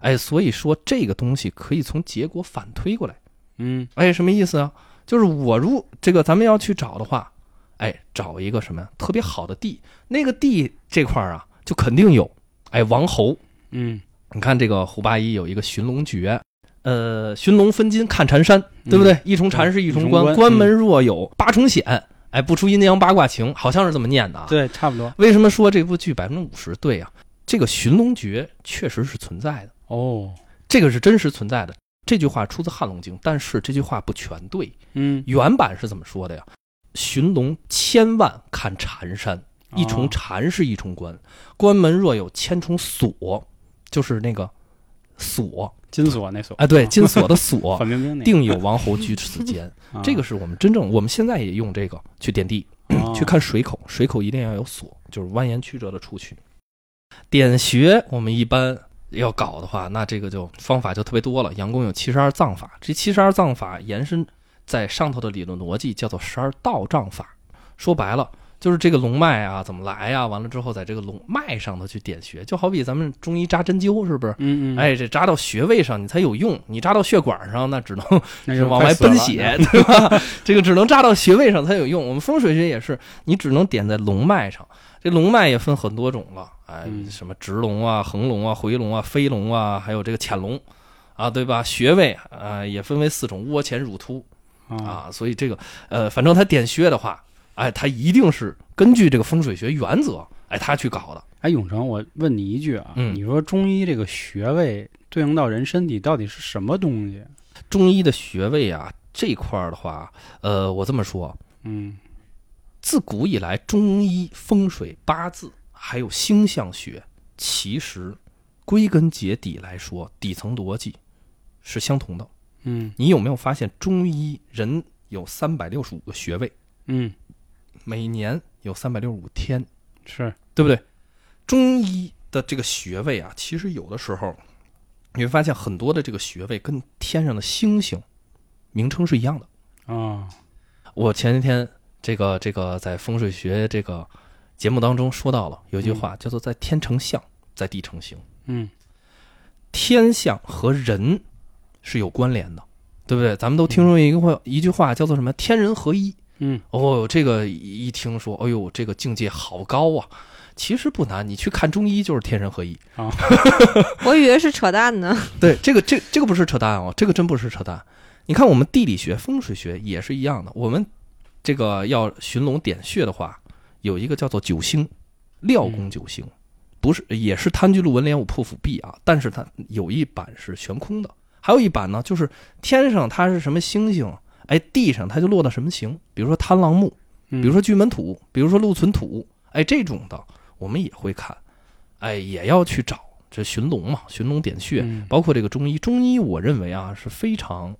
[SPEAKER 3] 哎，所以说这个东西可以从结果反推过来，
[SPEAKER 1] 嗯
[SPEAKER 3] 哎，什么意思啊？就是我如这个咱们要去找的话，哎，找一个什么呀特别好的地，那个地这块儿啊就肯定有，哎，王侯，
[SPEAKER 1] 嗯，
[SPEAKER 3] 你看这个胡八一有一个寻龙诀，呃，寻龙分金看缠山，对不对？一重缠是一重关，
[SPEAKER 1] 一重关
[SPEAKER 3] 关门若有八重险，哎，不出阴阳八卦情，好像是这么念的啊。
[SPEAKER 1] 嗯对，差不多。
[SPEAKER 3] 为什么说这部剧百分之五十对啊？这个寻龙诀确实是存在的，
[SPEAKER 1] 哦，
[SPEAKER 3] 这个是真实存在的。这句话出自《汉龙经》，但是这句话不全对。
[SPEAKER 1] 嗯，
[SPEAKER 3] 原版是怎么说的呀？寻龙千万看缠山，一重
[SPEAKER 1] 哦
[SPEAKER 3] 缠是一重关，关门若有千重锁，就是那个锁，
[SPEAKER 1] 金锁那锁
[SPEAKER 3] 哎，对，
[SPEAKER 1] 啊
[SPEAKER 3] 金锁的 锁，
[SPEAKER 1] 范冰冰那
[SPEAKER 3] 定有王侯居此间。
[SPEAKER 1] 啊
[SPEAKER 3] 这个是我们真正，我们现在也用这个去点地。
[SPEAKER 1] 哦
[SPEAKER 3] 去看水口，水口一定要有锁，就是蜿蜒曲折的出去。点穴我们一般要搞的话，那这个就方法就特别多了。阳公有七十二藏法，这七十二藏法延伸在上头的理论逻辑叫做十二道障法。说白了。就是这个龙脉啊，怎么来呀、完了之后，在这个龙脉上头去点穴，就好比咱们中医扎针灸，是不是？
[SPEAKER 1] 嗯嗯，
[SPEAKER 3] 哎，这扎到穴位上你才有用，你扎到血管上，那只能
[SPEAKER 1] 那
[SPEAKER 3] 是
[SPEAKER 1] 就
[SPEAKER 3] 往
[SPEAKER 1] 快
[SPEAKER 3] 外
[SPEAKER 1] 死了啊
[SPEAKER 3] 奔血， 对吧？这个只能扎到穴位上才有用。我们风水学也是，你只能点在龙脉上。这龙脉也分很多种了，哎，
[SPEAKER 1] 嗯
[SPEAKER 3] 什么直龙啊、横龙啊、回龙啊、飞龙啊，还有这个潜龙，啊，对吧？穴位啊、也分为四种：窝潜、乳突
[SPEAKER 1] 啊，
[SPEAKER 3] 啊。所以这个呃，反正他点穴的话，哎，他一定是根据这个风水学原则，哎，他去搞的。
[SPEAKER 1] 哎，永成，我问你一句啊，
[SPEAKER 3] 嗯
[SPEAKER 1] 你说中医这个穴位对应到人身体到底是什么东西？
[SPEAKER 3] 中医的穴位啊这块儿的话，呃，我这么说，
[SPEAKER 1] 嗯
[SPEAKER 3] 自古以来，中医风水、八字还有星象学，其实归根结底来说，底层逻辑是相同的。
[SPEAKER 1] 嗯
[SPEAKER 3] 你有没有发现，中医人有三百六十五个穴位，
[SPEAKER 1] 嗯，
[SPEAKER 3] 每年有三百六十五天，
[SPEAKER 1] 是
[SPEAKER 3] 对不对？中医的这个穴位啊，其实有的时候你会发现，很多的这个穴位跟天上的星星名称是一样的。
[SPEAKER 1] 啊，
[SPEAKER 3] 我前几天这个这个在风水学这个节目当中说到了，有一句话叫做“在天成象，在地成形
[SPEAKER 1] 嗯”。
[SPEAKER 3] 天象和人是有关联的，对不对？咱们都听说一个话、一句话叫做什么“天人合一
[SPEAKER 1] 嗯”。
[SPEAKER 3] 哦，这个一听说，哎呦，这个境界好高啊！其实不难，你去看中医就是天人合一。
[SPEAKER 2] 我以为是扯淡 呢。
[SPEAKER 3] 对，这个这这个不是扯淡哦，这个真不是扯淡。你看我们地理学、风水学也是一样的，我们这个要寻龙点穴的话，有一个叫做九星，廖宫九星，不是也是贪居录文连武破府壁啊，但是它有一版是悬空的，还有一版呢就是天上它是什么星星，哎，地上它就落到什么形，比如说贪狼木，
[SPEAKER 1] 嗯，
[SPEAKER 3] 比如说巨门土，比如说禄存土，哎，这种的我们也会看，哎，也要去找这寻龙嘛，寻龙点穴。
[SPEAKER 1] 嗯
[SPEAKER 3] 包括这个中医，中医我认为啊是非常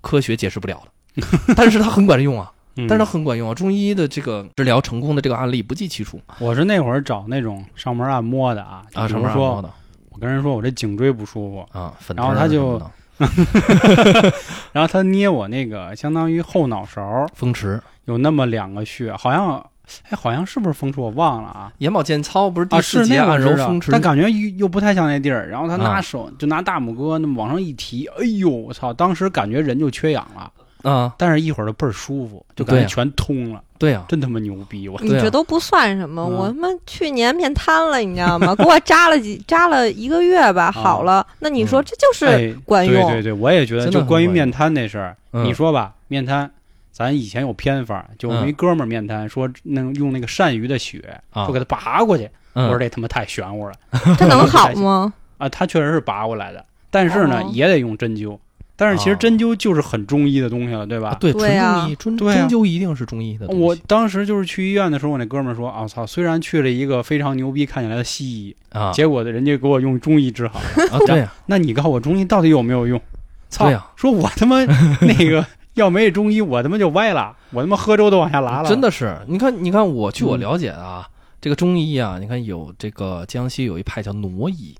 [SPEAKER 3] 科学解释不了的， 但是它很管用啊，
[SPEAKER 1] 嗯
[SPEAKER 3] 但是它很管用啊。中医的这个治疗成功的这个案例不计其数
[SPEAKER 1] 我是那会儿找那种上门按摩的啊，
[SPEAKER 3] 啊，
[SPEAKER 1] 就
[SPEAKER 3] 什
[SPEAKER 1] 比
[SPEAKER 3] 么
[SPEAKER 1] 如
[SPEAKER 3] 按摩
[SPEAKER 1] 说
[SPEAKER 3] 的
[SPEAKER 1] 我跟人说我这颈椎不舒服，
[SPEAKER 3] 啊，粉
[SPEAKER 1] 然后
[SPEAKER 3] 汤
[SPEAKER 1] 他
[SPEAKER 3] 啊什
[SPEAKER 1] 就
[SPEAKER 3] 么的
[SPEAKER 1] 然后他捏我那个相当于后脑勺
[SPEAKER 3] 风池、
[SPEAKER 1] 有那么两个穴，好像哎好像是不是风池我忘了啊。
[SPEAKER 3] 眼保健操不是
[SPEAKER 1] 啊，
[SPEAKER 3] 第
[SPEAKER 1] 是
[SPEAKER 3] 四节
[SPEAKER 1] 那个
[SPEAKER 3] 按
[SPEAKER 1] 我
[SPEAKER 3] 揉
[SPEAKER 1] 知道
[SPEAKER 3] 风池，
[SPEAKER 1] 但感觉又又不太像那地儿。然后他拿
[SPEAKER 3] 啊
[SPEAKER 1] 手、就拿大拇哥那么往上一提，哎呦我操！当时感觉人就缺氧了，
[SPEAKER 3] 啊，
[SPEAKER 1] 但是一会儿就倍儿舒服，就感
[SPEAKER 3] 对
[SPEAKER 1] 觉
[SPEAKER 3] 啊
[SPEAKER 1] 全通了。
[SPEAKER 3] 对啊，
[SPEAKER 1] 真他妈牛逼！我
[SPEAKER 2] 你
[SPEAKER 3] 对啊
[SPEAKER 2] 这都不算什么，
[SPEAKER 1] 嗯
[SPEAKER 2] 我他妈去年面瘫了，你知道吗？给我扎了几扎了一个月吧，好了。那你说
[SPEAKER 3] 嗯
[SPEAKER 2] 这就是
[SPEAKER 1] 哎
[SPEAKER 2] 管用
[SPEAKER 1] 对对对，我也觉得，
[SPEAKER 3] 真的
[SPEAKER 1] 就
[SPEAKER 3] 很
[SPEAKER 1] 关于
[SPEAKER 3] 管
[SPEAKER 1] 面
[SPEAKER 3] 用
[SPEAKER 1] 瘫那事儿，
[SPEAKER 3] 嗯
[SPEAKER 1] 你说吧，面瘫，咱以前有偏方，就我们一
[SPEAKER 3] 嗯
[SPEAKER 1] 哥们儿面瘫，说能用那个鳝鱼的血，
[SPEAKER 3] 啊
[SPEAKER 1] 说给他拔过去。我说
[SPEAKER 3] 嗯，
[SPEAKER 1] 这他妈太玄乎了
[SPEAKER 2] 它能好吗？
[SPEAKER 1] 啊！他确实是拔过来的，但是呢，
[SPEAKER 2] 哦
[SPEAKER 1] 也得用针灸。但是其实
[SPEAKER 3] 哦
[SPEAKER 1] 针灸就是很中医的东西了，对
[SPEAKER 3] 啊
[SPEAKER 1] 吧？
[SPEAKER 3] 对，
[SPEAKER 2] 对
[SPEAKER 3] 纯
[SPEAKER 2] 啊
[SPEAKER 3] 中医，中
[SPEAKER 1] 对
[SPEAKER 3] 终
[SPEAKER 1] 啊
[SPEAKER 3] 究一定是中医的东西。
[SPEAKER 1] 我当时就是去医院的时候，我那哥们儿说：“啊操！虽然去了一个非常牛逼看起来的西医，
[SPEAKER 3] 啊
[SPEAKER 1] 结果人家给我用中医治好了。
[SPEAKER 3] 啊，对啊，
[SPEAKER 1] 那你告诉我中医到底有没有用？操！
[SPEAKER 3] 对啊
[SPEAKER 1] 说我他妈那个要没中医，我他妈就歪了，我他妈喝粥都往下拉了。
[SPEAKER 3] 真的是，你看，你看，我据我
[SPEAKER 1] 嗯
[SPEAKER 3] 了解的啊，这个中医啊，你看有这个江西有一派叫挪医，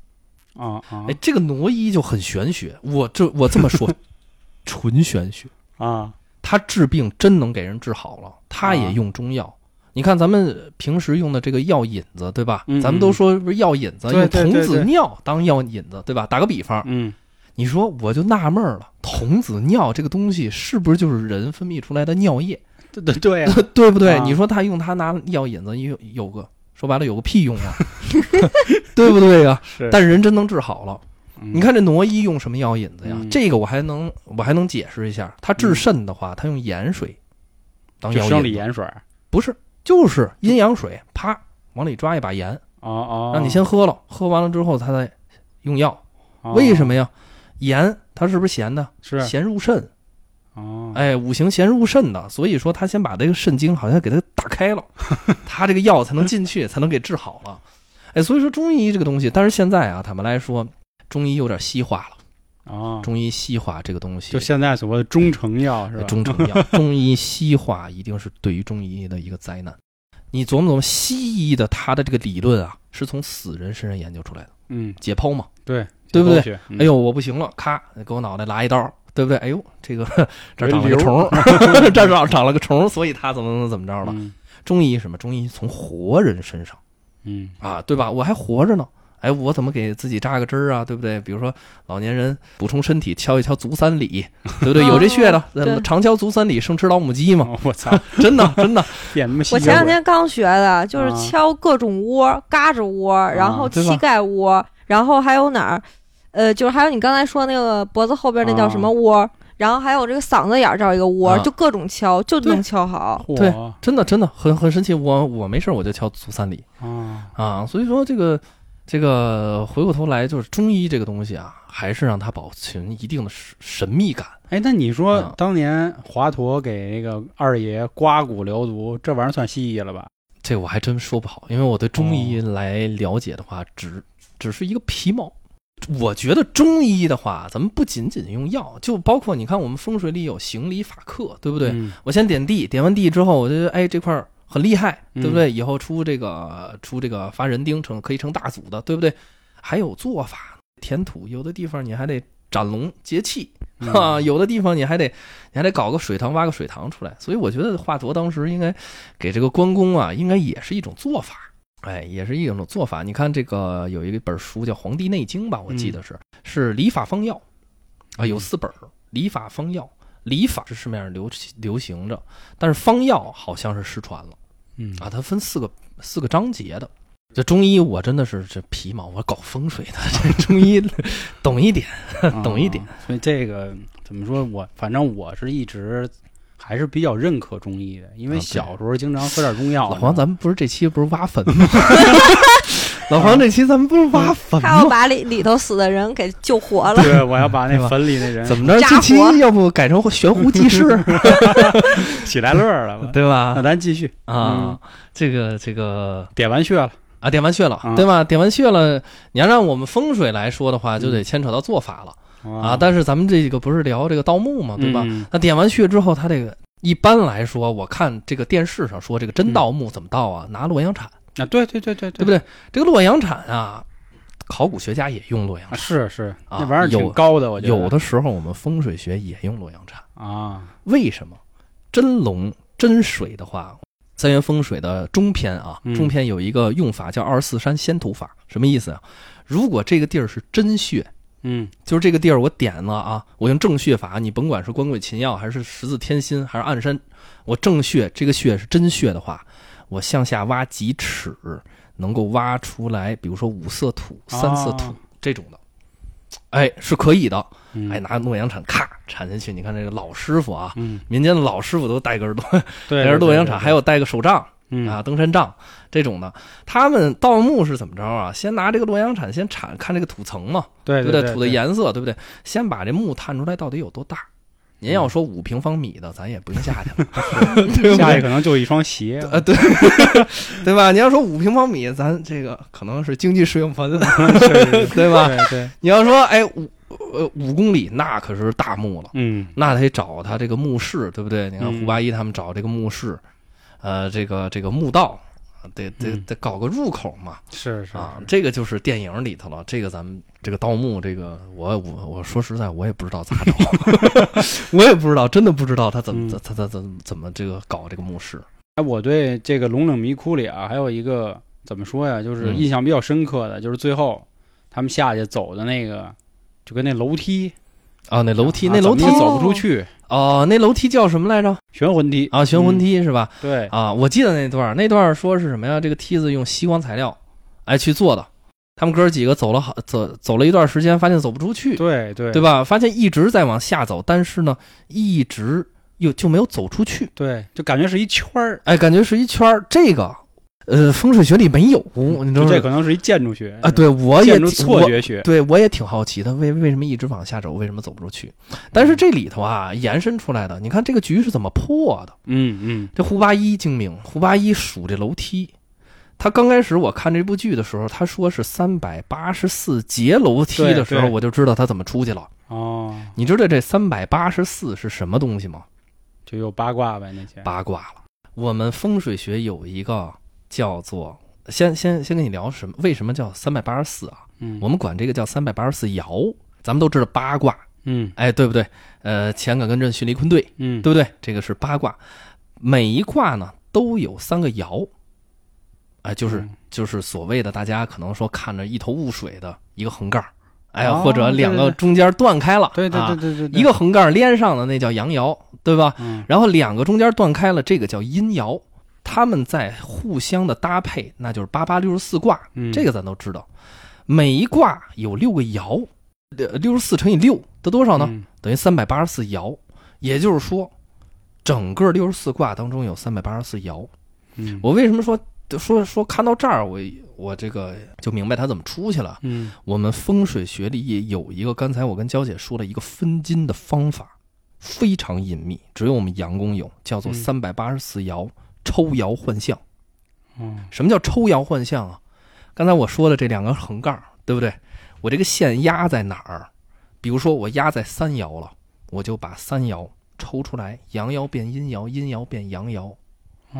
[SPEAKER 1] 啊啊
[SPEAKER 3] 哎，这个挪医就很玄学，我这我这么 说，纯玄学，
[SPEAKER 1] 啊！
[SPEAKER 3] 他治病真能给人治好了，他
[SPEAKER 1] 啊
[SPEAKER 3] 也用中药。你看咱们平时用的这个药引子，对吧？
[SPEAKER 1] 嗯
[SPEAKER 3] 咱们
[SPEAKER 1] 嗯
[SPEAKER 3] 都说不是药引子，
[SPEAKER 1] 对
[SPEAKER 3] 用
[SPEAKER 1] 对
[SPEAKER 3] 童
[SPEAKER 1] 对
[SPEAKER 3] 子
[SPEAKER 1] 对
[SPEAKER 3] 尿当药引子，对吧？打个比方，
[SPEAKER 1] 嗯，
[SPEAKER 3] 你说我就纳闷儿了，童子尿这个东西是不是就是人分泌出来的尿液？
[SPEAKER 1] 对对对 啊，
[SPEAKER 3] 对不对？
[SPEAKER 1] 啊
[SPEAKER 3] 你说他用他拿药引子有有个说白了有个屁用啊， 对不对呀、
[SPEAKER 1] 是
[SPEAKER 3] 但是人真能治好了。
[SPEAKER 1] 嗯
[SPEAKER 3] 你看这挪医用什么药引子呀？
[SPEAKER 1] 嗯
[SPEAKER 3] 这个我还能我还能解释一下，他治肾的话，他用盐水当
[SPEAKER 1] 就
[SPEAKER 3] 药
[SPEAKER 1] 生
[SPEAKER 3] 引
[SPEAKER 1] 理
[SPEAKER 3] 子，
[SPEAKER 1] 盐水儿，
[SPEAKER 3] 不是就是阴阳水，啪往里抓一把盐，
[SPEAKER 1] 哦哦，
[SPEAKER 3] 让你先喝了，喝完了之后他再用药。
[SPEAKER 1] 哦
[SPEAKER 3] 为什么呀？盐它是不是咸的？
[SPEAKER 1] 是
[SPEAKER 3] 咸入肾，
[SPEAKER 1] 哦？
[SPEAKER 3] 哎，五行咸入肾的，所以说他先把这个肾经好像给它打开 了，他这个药才能进去， 才能给治好了。哎，所以说中医这个东西，但是现在啊，坦白来说，中医有点西化了。
[SPEAKER 1] 哦，
[SPEAKER 3] 中医西化这个东西，
[SPEAKER 1] 就现在所谓的中成药是吧？
[SPEAKER 3] 中成 药，中医西化一定是对于中医的一个灾难。你琢磨琢磨，西医的他的这个理论啊，是从死人身上研究出来的，
[SPEAKER 1] 嗯，
[SPEAKER 3] 解剖嘛。
[SPEAKER 1] 对
[SPEAKER 3] 对不对
[SPEAKER 1] 对？嗯
[SPEAKER 3] 哎，呦，我不行了，咔，给我脑袋拉一刀，对不对？哎呦，这个这儿长了
[SPEAKER 1] 有
[SPEAKER 3] 个
[SPEAKER 1] 一
[SPEAKER 3] 虫
[SPEAKER 1] 瘤
[SPEAKER 3] 儿， 这儿长长了个虫儿，所以他怎么怎么怎么着了。
[SPEAKER 1] 嗯
[SPEAKER 3] 中医什么？中医从活人身上
[SPEAKER 1] 嗯
[SPEAKER 3] 啊，对吧？我还活着呢，哎，我怎么给自己扎个针儿啊？对不对？比如说老年人补充身体，敲一敲足三里，对不对？有这 穴的，
[SPEAKER 2] 对
[SPEAKER 3] 常敲足三里，胜吃老母鸡嘛，
[SPEAKER 1] 哦我 操，
[SPEAKER 3] 真的真的。
[SPEAKER 1] 变他妈吸
[SPEAKER 2] 我
[SPEAKER 1] 血
[SPEAKER 2] 前两
[SPEAKER 1] 鬼
[SPEAKER 2] 天刚学的，就是
[SPEAKER 1] 啊
[SPEAKER 2] 敲各种窝、嘎吱窝，然后
[SPEAKER 3] 对吧
[SPEAKER 2] 膝盖窝，然后还有哪儿？呃，就是还有你刚才说那个脖子后边那叫什么窝，然后还有这个嗓子眼儿这儿一个窝
[SPEAKER 3] 啊，
[SPEAKER 2] 就各种敲，就
[SPEAKER 3] 对
[SPEAKER 2] 能敲好。
[SPEAKER 1] 嚯
[SPEAKER 3] 对真的真的很很神奇。我我没事儿我就敲足三里
[SPEAKER 1] 啊，
[SPEAKER 3] 啊，所以说这个这个回过头来就是中医这个东西啊，还是让它保存一定的神神秘感。
[SPEAKER 1] 哎，那你说
[SPEAKER 3] 嗯
[SPEAKER 1] 当年华佗给那个二爷刮骨疗毒，这玩意儿算西医了吧？
[SPEAKER 3] 这我还真说不好，因为我对中医来了解的话，只只是一个皮毛。我觉得中医的话，咱们不仅仅用药，就包括你看我们风水里有行理法克，对不对？
[SPEAKER 1] 嗯
[SPEAKER 3] 我先点地，点完地之后，我就哎这块儿很厉害，
[SPEAKER 1] 嗯
[SPEAKER 3] 对不对？以后出这个出这个发人丁成可以成大祖的，对不对？还有做法，填土有的地方你还得斩龙节气，
[SPEAKER 1] 嗯
[SPEAKER 3] 哈、啊有的地方你还得你还得搞个水塘，挖个水塘出来。所以我觉得华佗当时应该给这个关公啊，应该也是一种做法。哎，也是一种做法。你看这个有一本书叫《黄帝内经》吧，我记得是、是礼法方药啊，有四本儿礼法方药。礼法是市面上流起流行着，但是方药好像是失传了
[SPEAKER 1] 嗯
[SPEAKER 3] 啊。它分四个四个章节的。这中医我真的是这皮毛，我搞风水的， 这中医懂一点。懂一点
[SPEAKER 1] 啊所以这个怎么说我，反正我是一直还是比较认可中医的，因为
[SPEAKER 3] 啊对
[SPEAKER 1] 小时候经常喝点中药。
[SPEAKER 3] 老黄，咱们不是这期不是挖坟吗？ 老黄，这期咱们不是挖坟
[SPEAKER 2] 嗯他要
[SPEAKER 3] 吗？
[SPEAKER 2] 把里里头死的人给救活了，
[SPEAKER 1] 对，我啊要 把
[SPEAKER 3] 对
[SPEAKER 1] 那
[SPEAKER 3] 吧
[SPEAKER 1] 坟里那人
[SPEAKER 3] 怎么着？
[SPEAKER 2] 扎
[SPEAKER 3] 这期
[SPEAKER 2] 活
[SPEAKER 3] 要不改成悬壶 济世，
[SPEAKER 1] 喜来乐了吧？
[SPEAKER 3] 对
[SPEAKER 1] 那
[SPEAKER 3] 吧？
[SPEAKER 1] 咱继续嗯
[SPEAKER 3] 啊，这个这个
[SPEAKER 1] 点完穴了，
[SPEAKER 3] 啊，点完穴了，
[SPEAKER 1] 啊
[SPEAKER 3] 对吧？点完穴了，你要让我们风水来说的话，就得
[SPEAKER 1] 嗯
[SPEAKER 3] 牵扯到做法了。啊，
[SPEAKER 1] 啊
[SPEAKER 3] 但是咱们这个不是聊这个盗墓嘛，对吧？
[SPEAKER 1] 嗯
[SPEAKER 3] 那点完穴之后，他这个一般来说，我看这个电视上说这个
[SPEAKER 1] 嗯
[SPEAKER 3] 真盗墓怎么盗啊？拿洛阳铲，
[SPEAKER 1] 啊，对对对对
[SPEAKER 3] 对
[SPEAKER 1] 对
[SPEAKER 3] 不对？这个洛阳铲啊，考古学家也用洛阳
[SPEAKER 1] 啊，
[SPEAKER 3] 铲，
[SPEAKER 1] 是是，
[SPEAKER 3] 啊
[SPEAKER 1] 那玩意儿
[SPEAKER 3] 有
[SPEAKER 1] 挺高的，我觉得
[SPEAKER 3] 有的时候我们风水学也用洛阳铲。
[SPEAKER 1] 啊，
[SPEAKER 3] 为什么？真龙真水的话，三元风水的中篇啊，
[SPEAKER 1] 嗯
[SPEAKER 3] 中篇有一个用法叫二十四山仙土法，什么意思啊？如果这个地儿是真穴，
[SPEAKER 1] 嗯
[SPEAKER 3] 就是这个地儿我点了啊，我用正血法，你甭管是官鬼秦药，还是十字天心，还是暗山，我正血，这个血是真血的话，我向下挖几尺，能够挖出来，比如说五色土、三色土、
[SPEAKER 1] 哦
[SPEAKER 3] 这种的，哎，是可以的。
[SPEAKER 1] 嗯，
[SPEAKER 3] 哎，拿诺阳铲咔铲进去，你看这个老师傅啊，
[SPEAKER 1] 嗯，
[SPEAKER 3] 民间的老师傅都带根带
[SPEAKER 1] 对，
[SPEAKER 3] 根诺阳铲，
[SPEAKER 1] 对
[SPEAKER 3] 还有带个手杖。
[SPEAKER 1] 嗯
[SPEAKER 3] 啊，登山杖这种的，他们盗墓是怎么着啊？先拿这个洛阳铲先铲，看这个土层嘛，
[SPEAKER 1] 对
[SPEAKER 3] 对不
[SPEAKER 1] 对
[SPEAKER 3] 土的颜色，对不对？先把这墓探出来到底有多大。您要说五平方米的，咱也不用下 去了，对不
[SPEAKER 1] 下去
[SPEAKER 3] 对？
[SPEAKER 1] 可能就一双 鞋，
[SPEAKER 3] 呃，对，对吧？你要说五平方米，咱这个可能是经济适用房，
[SPEAKER 1] 是
[SPEAKER 3] 对吧？
[SPEAKER 1] 对对，
[SPEAKER 3] 你要说哎五呃五公里，那可是大墓了。
[SPEAKER 1] 嗯
[SPEAKER 3] 那得找他这个墓室，对不对？你看
[SPEAKER 1] 嗯
[SPEAKER 3] 胡八一他们找这个墓室，呃，这个这个墓道，得得
[SPEAKER 1] 嗯
[SPEAKER 3] 得搞个入口嘛。
[SPEAKER 1] 是是
[SPEAKER 3] 啊，这个就是电影里头了。这个咱们这个盗墓，这个我我我说实在，我也不知道咋 找， 我也不知道，真的不知道他怎么
[SPEAKER 1] 嗯
[SPEAKER 3] 他他他怎么怎么这个搞这个墓室。
[SPEAKER 1] 哎，我对这个《龙岭迷窟》里啊，还有一个怎么说呀，就是
[SPEAKER 3] 嗯
[SPEAKER 1] 印象比较深刻的，就是最后他们下去走的那个，就跟那楼梯，
[SPEAKER 3] 啊，那楼梯，
[SPEAKER 1] 啊
[SPEAKER 3] 那楼梯
[SPEAKER 1] 怎么也走
[SPEAKER 2] 哦
[SPEAKER 1] 不出去，
[SPEAKER 3] 哦，那楼梯叫什么来着？
[SPEAKER 1] 悬魂梯
[SPEAKER 3] 啊，悬魂，梯是吧？
[SPEAKER 1] 嗯对，
[SPEAKER 3] 啊，我记得那段儿，那段儿说是什么呀？这个梯子用吸光材料，哎去做的。他们哥儿几个走了好走走了一段时间，发现走不出去，
[SPEAKER 1] 对对
[SPEAKER 3] 对吧？发现一直在往下走，但是呢，一直又就没有走出去。
[SPEAKER 1] 对，就感觉是一圈儿，
[SPEAKER 3] 哎，感觉是一圈儿。这个，呃，风水学里没有，你知
[SPEAKER 1] 嗯就
[SPEAKER 3] 道
[SPEAKER 1] 这
[SPEAKER 3] 吗？
[SPEAKER 1] 可能是一建筑学
[SPEAKER 3] 啊，，对，我也
[SPEAKER 1] 建筑
[SPEAKER 3] 挺
[SPEAKER 1] 错，
[SPEAKER 3] 我
[SPEAKER 1] 觉学，
[SPEAKER 3] 对我也挺好奇的，为为什么一直往下走，为什么走不出去？
[SPEAKER 1] 嗯
[SPEAKER 3] 但是这里头啊，延伸出来的，你看这个局是怎么破的？
[SPEAKER 1] 嗯嗯
[SPEAKER 3] 这胡八一精明，胡八一数这楼梯。他刚开始我看这部剧的时候，他说是三百八十四节楼梯
[SPEAKER 1] 对
[SPEAKER 3] 的时候，
[SPEAKER 1] 对
[SPEAKER 3] 我就知道他怎么出去了。
[SPEAKER 1] 哦，
[SPEAKER 3] 你知道这三百八十四是什么东
[SPEAKER 1] 哎
[SPEAKER 3] 西吗？
[SPEAKER 1] 就有八卦呗那些，
[SPEAKER 3] 八卦了。我们风水学有一个叫做，先先先跟你聊什么？为什么叫三百八十四啊？
[SPEAKER 1] 嗯
[SPEAKER 3] 我们管这个叫三百八十四爻。咱们都知道八卦，
[SPEAKER 1] 嗯
[SPEAKER 3] 哎，对不对？呃，乾坎艮震巽离坤兑，
[SPEAKER 1] 嗯
[SPEAKER 3] 对不对？这个是八卦，每一卦呢都有三个爻，哎，就是
[SPEAKER 1] 嗯
[SPEAKER 3] 就是所谓的大家可能说看着一头雾水的一个横杠，哎，
[SPEAKER 1] 哦
[SPEAKER 3] 或者两个中间断开了，
[SPEAKER 1] 对对
[SPEAKER 3] 啊
[SPEAKER 1] 对对对对，
[SPEAKER 3] 一个横杠连上的那叫阳爻，对吧？
[SPEAKER 1] 嗯
[SPEAKER 3] 然后两个中间断开了，这个叫阴爻，它们在互相的搭配，那就是八八六十四卦，
[SPEAKER 1] 嗯
[SPEAKER 3] 这个咱都知道。每一卦有六个爻，呃六十四乘以六得多少呢？
[SPEAKER 1] 嗯
[SPEAKER 3] 等于三百八十四爻，也就是说，整个六十四卦当中有三百八十四爻。
[SPEAKER 1] 嗯
[SPEAKER 3] 我为什么说说说看到这儿，我我这个就明白它怎么出去了？
[SPEAKER 1] 嗯
[SPEAKER 3] 我们风水学里也有一个，刚才我跟娇姐说了一个分金的方法，非常隐秘，只有我们阳宫有，叫做
[SPEAKER 1] 嗯
[SPEAKER 3] 三百八十四爻抽爻换象。
[SPEAKER 1] 哦
[SPEAKER 3] 什么叫抽爻换象啊？刚才我说的这两个横杠，对不对？我这个线压在哪儿？比如说我压在三爻了，我就把三爻抽出来，阳爻变阴爻，阴爻变阳爻，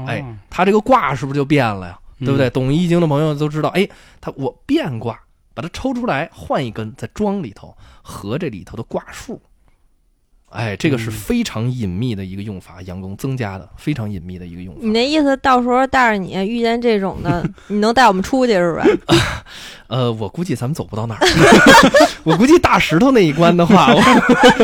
[SPEAKER 3] 哎
[SPEAKER 1] 哦
[SPEAKER 3] 它这个卦是不是就变了呀？
[SPEAKER 1] 嗯
[SPEAKER 3] 对不对？懂易经的朋友都知道，哎，它我变卦，把它抽出来，换一根，再装里头，合这里头的卦数。哎，这个是
[SPEAKER 1] 嗯
[SPEAKER 3] 非常隐秘的一个用法，阳宫增加的非常隐秘的一个用法。
[SPEAKER 1] 嗯
[SPEAKER 2] 你那意思，到时候带着你遇见这种 的，你能带我们出去是吧？
[SPEAKER 3] 呃，我估计咱们走不到 那儿，我估计大石头那一关的话，我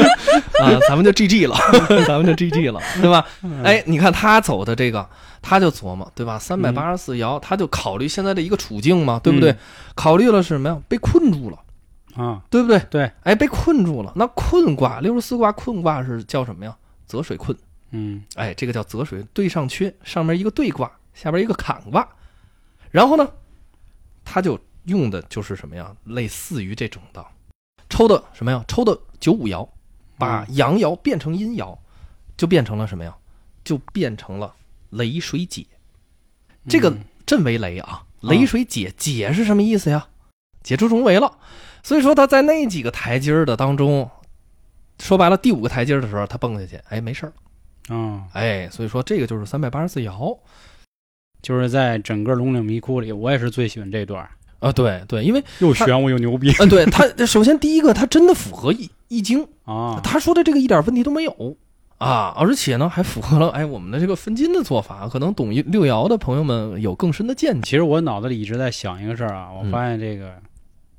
[SPEAKER 3] 啊，咱们就 GG 了， 咱们就 GG 了，对吧？
[SPEAKER 1] 嗯
[SPEAKER 3] 哎，你看他走的这个，他就琢磨，对吧？三百八十四爻，他就考虑现在的一个处境嘛，对不对？
[SPEAKER 1] 嗯
[SPEAKER 3] 考虑了什么呀？被困住了，
[SPEAKER 1] 啊
[SPEAKER 3] 对不对？
[SPEAKER 1] 对，
[SPEAKER 3] 哎，被困住了。那困卦六十四卦，困卦是叫什么呀？泽水困。
[SPEAKER 1] 嗯
[SPEAKER 3] 哎，这个叫泽水兑上缺，上面一个兑卦，下边一个坎卦。然后呢，他就用的就是什么呀？类似于这种的，抽的什么呀？抽的九五爻，把
[SPEAKER 1] 嗯
[SPEAKER 3] 阳爻变成阴爻，就变成了什么呀？就变成了雷水解。这个
[SPEAKER 1] 嗯
[SPEAKER 3] 震为雷啊，
[SPEAKER 1] 啊
[SPEAKER 3] 雷水解解是什么意思呀？解除重围了。所以说他在那几个台阶儿的当中，说白了第五个台阶儿的时候，他蹦下去，哎，没事儿。
[SPEAKER 1] 哦
[SPEAKER 3] 哎，所以说这个就是三百八十四爻
[SPEAKER 1] 就是在整个《龙岭迷窟》里，我也是最喜欢这段儿，
[SPEAKER 3] 啊，对对，因为
[SPEAKER 1] 又
[SPEAKER 3] 它
[SPEAKER 1] 玄乎又牛逼
[SPEAKER 3] 啊，对他首先第一个，他真的符合易易经，
[SPEAKER 1] 啊！
[SPEAKER 3] 他说的这个一点问题都没有啊，而且呢还符合了哎我们的这个分金的做法，可能懂一六爻的朋友们有更深的见解嗯
[SPEAKER 1] 其实我脑子里一直在想一个事儿啊，我发现这个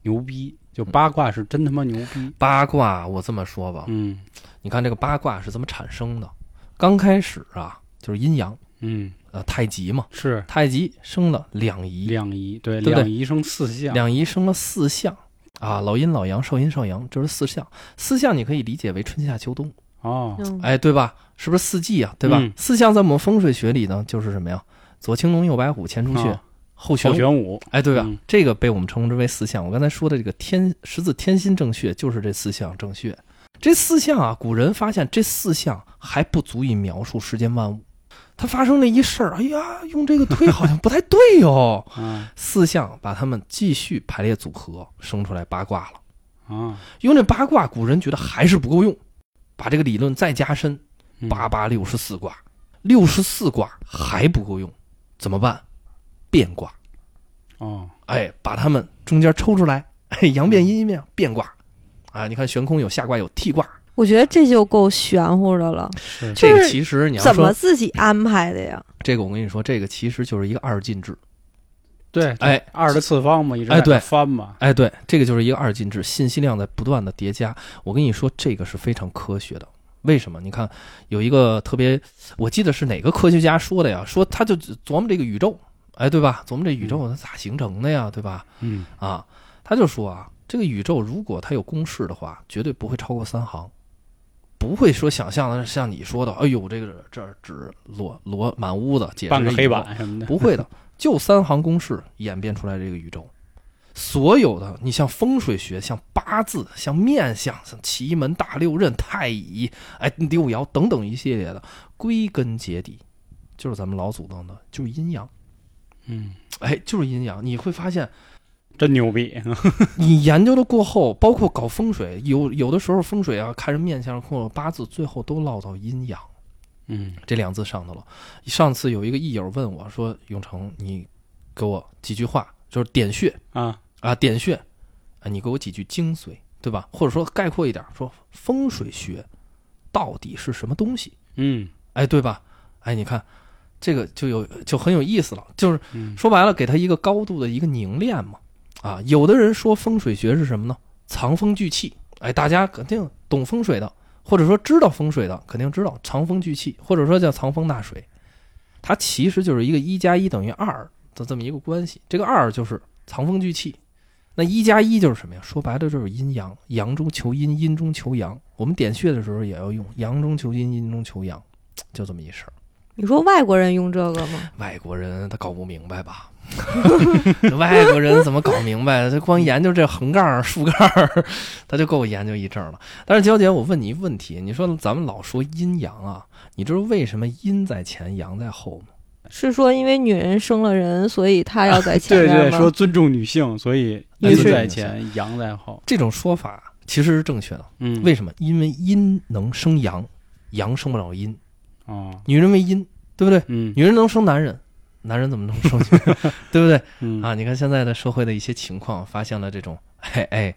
[SPEAKER 1] 牛逼就八卦是真他妈牛逼。
[SPEAKER 3] 八卦，我这么说吧，
[SPEAKER 1] 嗯
[SPEAKER 3] 你看这个八卦是怎么产生的？刚开始啊，就是阴阳，
[SPEAKER 1] 嗯，
[SPEAKER 3] 呃，太极嘛，
[SPEAKER 1] 是
[SPEAKER 3] 太极生了两仪，
[SPEAKER 1] 两仪，对，
[SPEAKER 3] 对不对
[SPEAKER 1] 两仪生四象，
[SPEAKER 3] 两仪生了四象啊，老阴老阳，少阴少阳，这是四象。四象你可以理解为春夏秋冬，
[SPEAKER 1] 哦，
[SPEAKER 2] 嗯
[SPEAKER 3] 哎，对吧？是不是四季啊？对吧？
[SPEAKER 1] 嗯
[SPEAKER 3] 四象在我们风水学里呢，就是什么呀？左青龙，右白虎，前朱雀，
[SPEAKER 1] 啊
[SPEAKER 3] 后玄
[SPEAKER 1] 后
[SPEAKER 3] 武。
[SPEAKER 1] 玄武，
[SPEAKER 3] 哎，对吧？
[SPEAKER 1] 嗯
[SPEAKER 3] 这个被我们称之为四象。我刚才说的这个天十字天心正穴，就是这四象正穴。这四象啊，古人发现这四象还不足以描述世间万物。它发生了一事儿，哎呀，用这个推好像不太对 哦。
[SPEAKER 1] 啊
[SPEAKER 3] 四象把它们继续排列组合，生出来八卦了。
[SPEAKER 1] 啊，
[SPEAKER 3] 用这八卦，古人觉得还是不够用，把这个理论再加深，
[SPEAKER 1] 嗯
[SPEAKER 3] 八八六十四卦，六十四卦还不够用，怎么办？变卦，
[SPEAKER 1] 哦，
[SPEAKER 3] 哎，把它们中间抽出来， 哎，阳变阴，阴变阳变卦。啊，你看悬空有下卦有替卦，
[SPEAKER 2] 我觉得这就够玄乎的了，
[SPEAKER 1] 是
[SPEAKER 3] 这
[SPEAKER 2] 就
[SPEAKER 3] 个
[SPEAKER 2] 是
[SPEAKER 3] 其实你要
[SPEAKER 2] 怎么
[SPEAKER 3] 说
[SPEAKER 2] 自己安排的呀？
[SPEAKER 3] 这个，我跟你说，这个其实就是一个二进制。
[SPEAKER 1] 对，
[SPEAKER 3] 哎
[SPEAKER 1] 二的次方嘛，一直
[SPEAKER 3] 哎
[SPEAKER 1] 在那
[SPEAKER 3] 对
[SPEAKER 1] 翻嘛，
[SPEAKER 3] 哎，对，这个就是一个二进制，信息量在不断的叠加。我跟你说，这个是非常科学的。为什么？你看，有一个特别，我记得是哪个科学家说的呀？说他就琢磨这个宇宙，哎，对吧？琢磨这宇
[SPEAKER 2] 嗯
[SPEAKER 3] 宙它咋形成的呀？对吧？
[SPEAKER 1] 嗯
[SPEAKER 3] 啊，他就说啊，这个宇宙如果它有公式的话，绝对不会超过三行，不会说想象的像你说的，哎呦，这个这儿只摞摞满屋子，解释
[SPEAKER 1] 半个
[SPEAKER 3] 这
[SPEAKER 1] 黑
[SPEAKER 3] 宇宙
[SPEAKER 1] 板什么的，
[SPEAKER 3] 不会的，就三行公式演变出来这个宇宙。所有的，你像风水学、像八字、像面相、像奇门大六壬、太乙、哎六爻等等一系列的，归根结底就是咱们老祖宗的，就是阴阳，
[SPEAKER 1] 嗯，
[SPEAKER 3] 哎，就是阴阳。你会发现，
[SPEAKER 1] 真牛逼，
[SPEAKER 3] 嗯你研究了过后，包括搞风水，有有的时候风水啊，看人面相或者八字，最后都落到阴阳。
[SPEAKER 1] 嗯
[SPEAKER 3] 这两字上头了。上次有一个益友问我说：“永成，你给我几句话，就是点穴
[SPEAKER 1] 啊，
[SPEAKER 3] 啊，点穴啊，你给我几句精髓，对吧？或者说概括一点，说风水学到底是什么东西？
[SPEAKER 1] 嗯
[SPEAKER 3] 哎，对吧？哎，你看这个就有就很有意思了，就是
[SPEAKER 1] 嗯，
[SPEAKER 3] 说白了，给他一个高度的一个凝练嘛。啊，有的人说风水学是什么呢？藏风聚气。哎，大家肯定懂风水的，或者说知道风水的，肯定知道藏风聚气，或者说叫藏风纳水。它其实就是一个一加一等于二的这么一个关系。这个二就是藏风聚气，那一加一就是什么呀？说白了就是阴阳，阳中求阴，阴中求阳。我们点穴的时候也要用阳中求阴，阴中求阳，就这么一事儿。
[SPEAKER 2] 你说外国人用这个吗？
[SPEAKER 3] 外国人他搞不明白吧？ 这外国人怎么搞明白的？他光研究这横杠儿、竖杠儿，他就够研究一阵儿了。但是娇姐，我问你一问题，你说咱们老说阴阳啊，你知道为什么阴在前，阳在后吗？
[SPEAKER 2] 是说因为女人生了人，所以她要在前
[SPEAKER 1] 啊对
[SPEAKER 2] 面吗？
[SPEAKER 1] 对，说尊重女性，所以
[SPEAKER 3] 女
[SPEAKER 1] 阴
[SPEAKER 3] 性
[SPEAKER 1] 在前，阳在后，
[SPEAKER 3] 这种说法其实是正确的。
[SPEAKER 1] 嗯，
[SPEAKER 3] 为什么？因为阴能生阳，阳生不了阴。
[SPEAKER 1] 哦，
[SPEAKER 3] 女人为阴，对不对？
[SPEAKER 1] 嗯
[SPEAKER 3] 女人能生男人，男人怎么能生女 人？对不对？
[SPEAKER 1] 嗯
[SPEAKER 3] 啊，你看现在的社会的一些情况，发现了这种，哎哎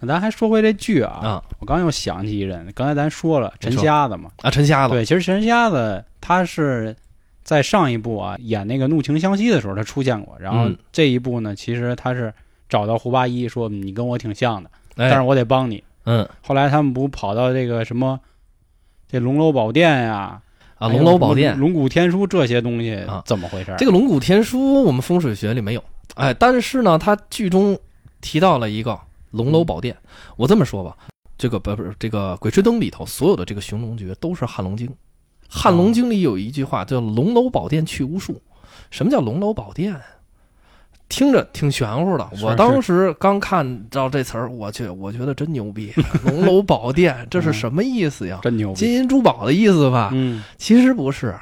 [SPEAKER 1] 那咱还说回这剧啊，
[SPEAKER 3] 啊
[SPEAKER 1] 我刚又想起一人，刚才咱说了
[SPEAKER 3] 没
[SPEAKER 1] 陈
[SPEAKER 3] 错
[SPEAKER 1] 瞎子嘛，
[SPEAKER 3] 啊，陈瞎子。
[SPEAKER 1] 对，其实陈瞎子他是在上一部啊演那个《怒晴湘西》的时候他出现过，然后
[SPEAKER 3] 嗯
[SPEAKER 1] 这一部呢，其实他是找到胡八一说嗯你跟我挺像的，但是
[SPEAKER 3] 哎，
[SPEAKER 1] 我得帮你。
[SPEAKER 3] 嗯
[SPEAKER 1] 后来他们不跑到这个什么这龙楼宝殿呀、还
[SPEAKER 3] 啊，
[SPEAKER 1] 有
[SPEAKER 3] 龙楼宝
[SPEAKER 1] 什
[SPEAKER 3] 殿
[SPEAKER 1] 么龙骨天书这些东西
[SPEAKER 3] 啊
[SPEAKER 1] 怎么回事？
[SPEAKER 3] 这个龙骨天书，我们风水学里没有。哎，但是呢，它剧中提到了一个龙楼宝殿。我这么说吧，这个不不是这个《鬼吹灯》里头所有的这个寻龙诀都是《汉龙经》，《汉龙经》里有一句话叫“龙楼宝殿去巫术”。什么叫龙楼宝殿？听着挺玄乎的，
[SPEAKER 1] 是
[SPEAKER 3] 我当时刚看到这词儿，我去，我觉得真牛逼！龙楼宝殿，这是什么意思呀？
[SPEAKER 1] 嗯啊真牛
[SPEAKER 3] 金
[SPEAKER 1] 逼！
[SPEAKER 3] 银珠宝的意思吧？
[SPEAKER 1] 嗯
[SPEAKER 3] 其实不是，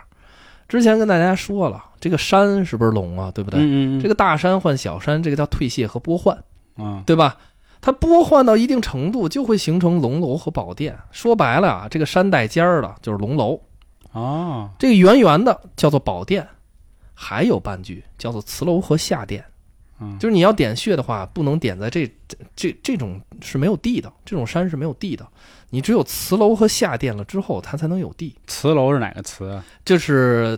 [SPEAKER 3] 之前跟大家说了，这个山是不是龙啊？对不对？
[SPEAKER 1] 嗯嗯，
[SPEAKER 3] 这
[SPEAKER 1] 个
[SPEAKER 3] 个大山换小山，这个叫退卸和剥换，
[SPEAKER 1] 嗯
[SPEAKER 3] 对吧？它剥换到一定程度，就会形成龙楼和宝殿。说白了啊，这个山带尖儿的就是龙楼，
[SPEAKER 1] 哦
[SPEAKER 3] 这个圆圆的叫做宝殿，还有半句叫做慈楼和下殿。
[SPEAKER 1] 嗯，
[SPEAKER 3] 就是你要点穴的话，不能点在这这这这种是没有地的，这种山是没有地的。你只有慈楼和下殿了之后，它才能有地。
[SPEAKER 1] 慈楼是哪个慈？
[SPEAKER 3] 这是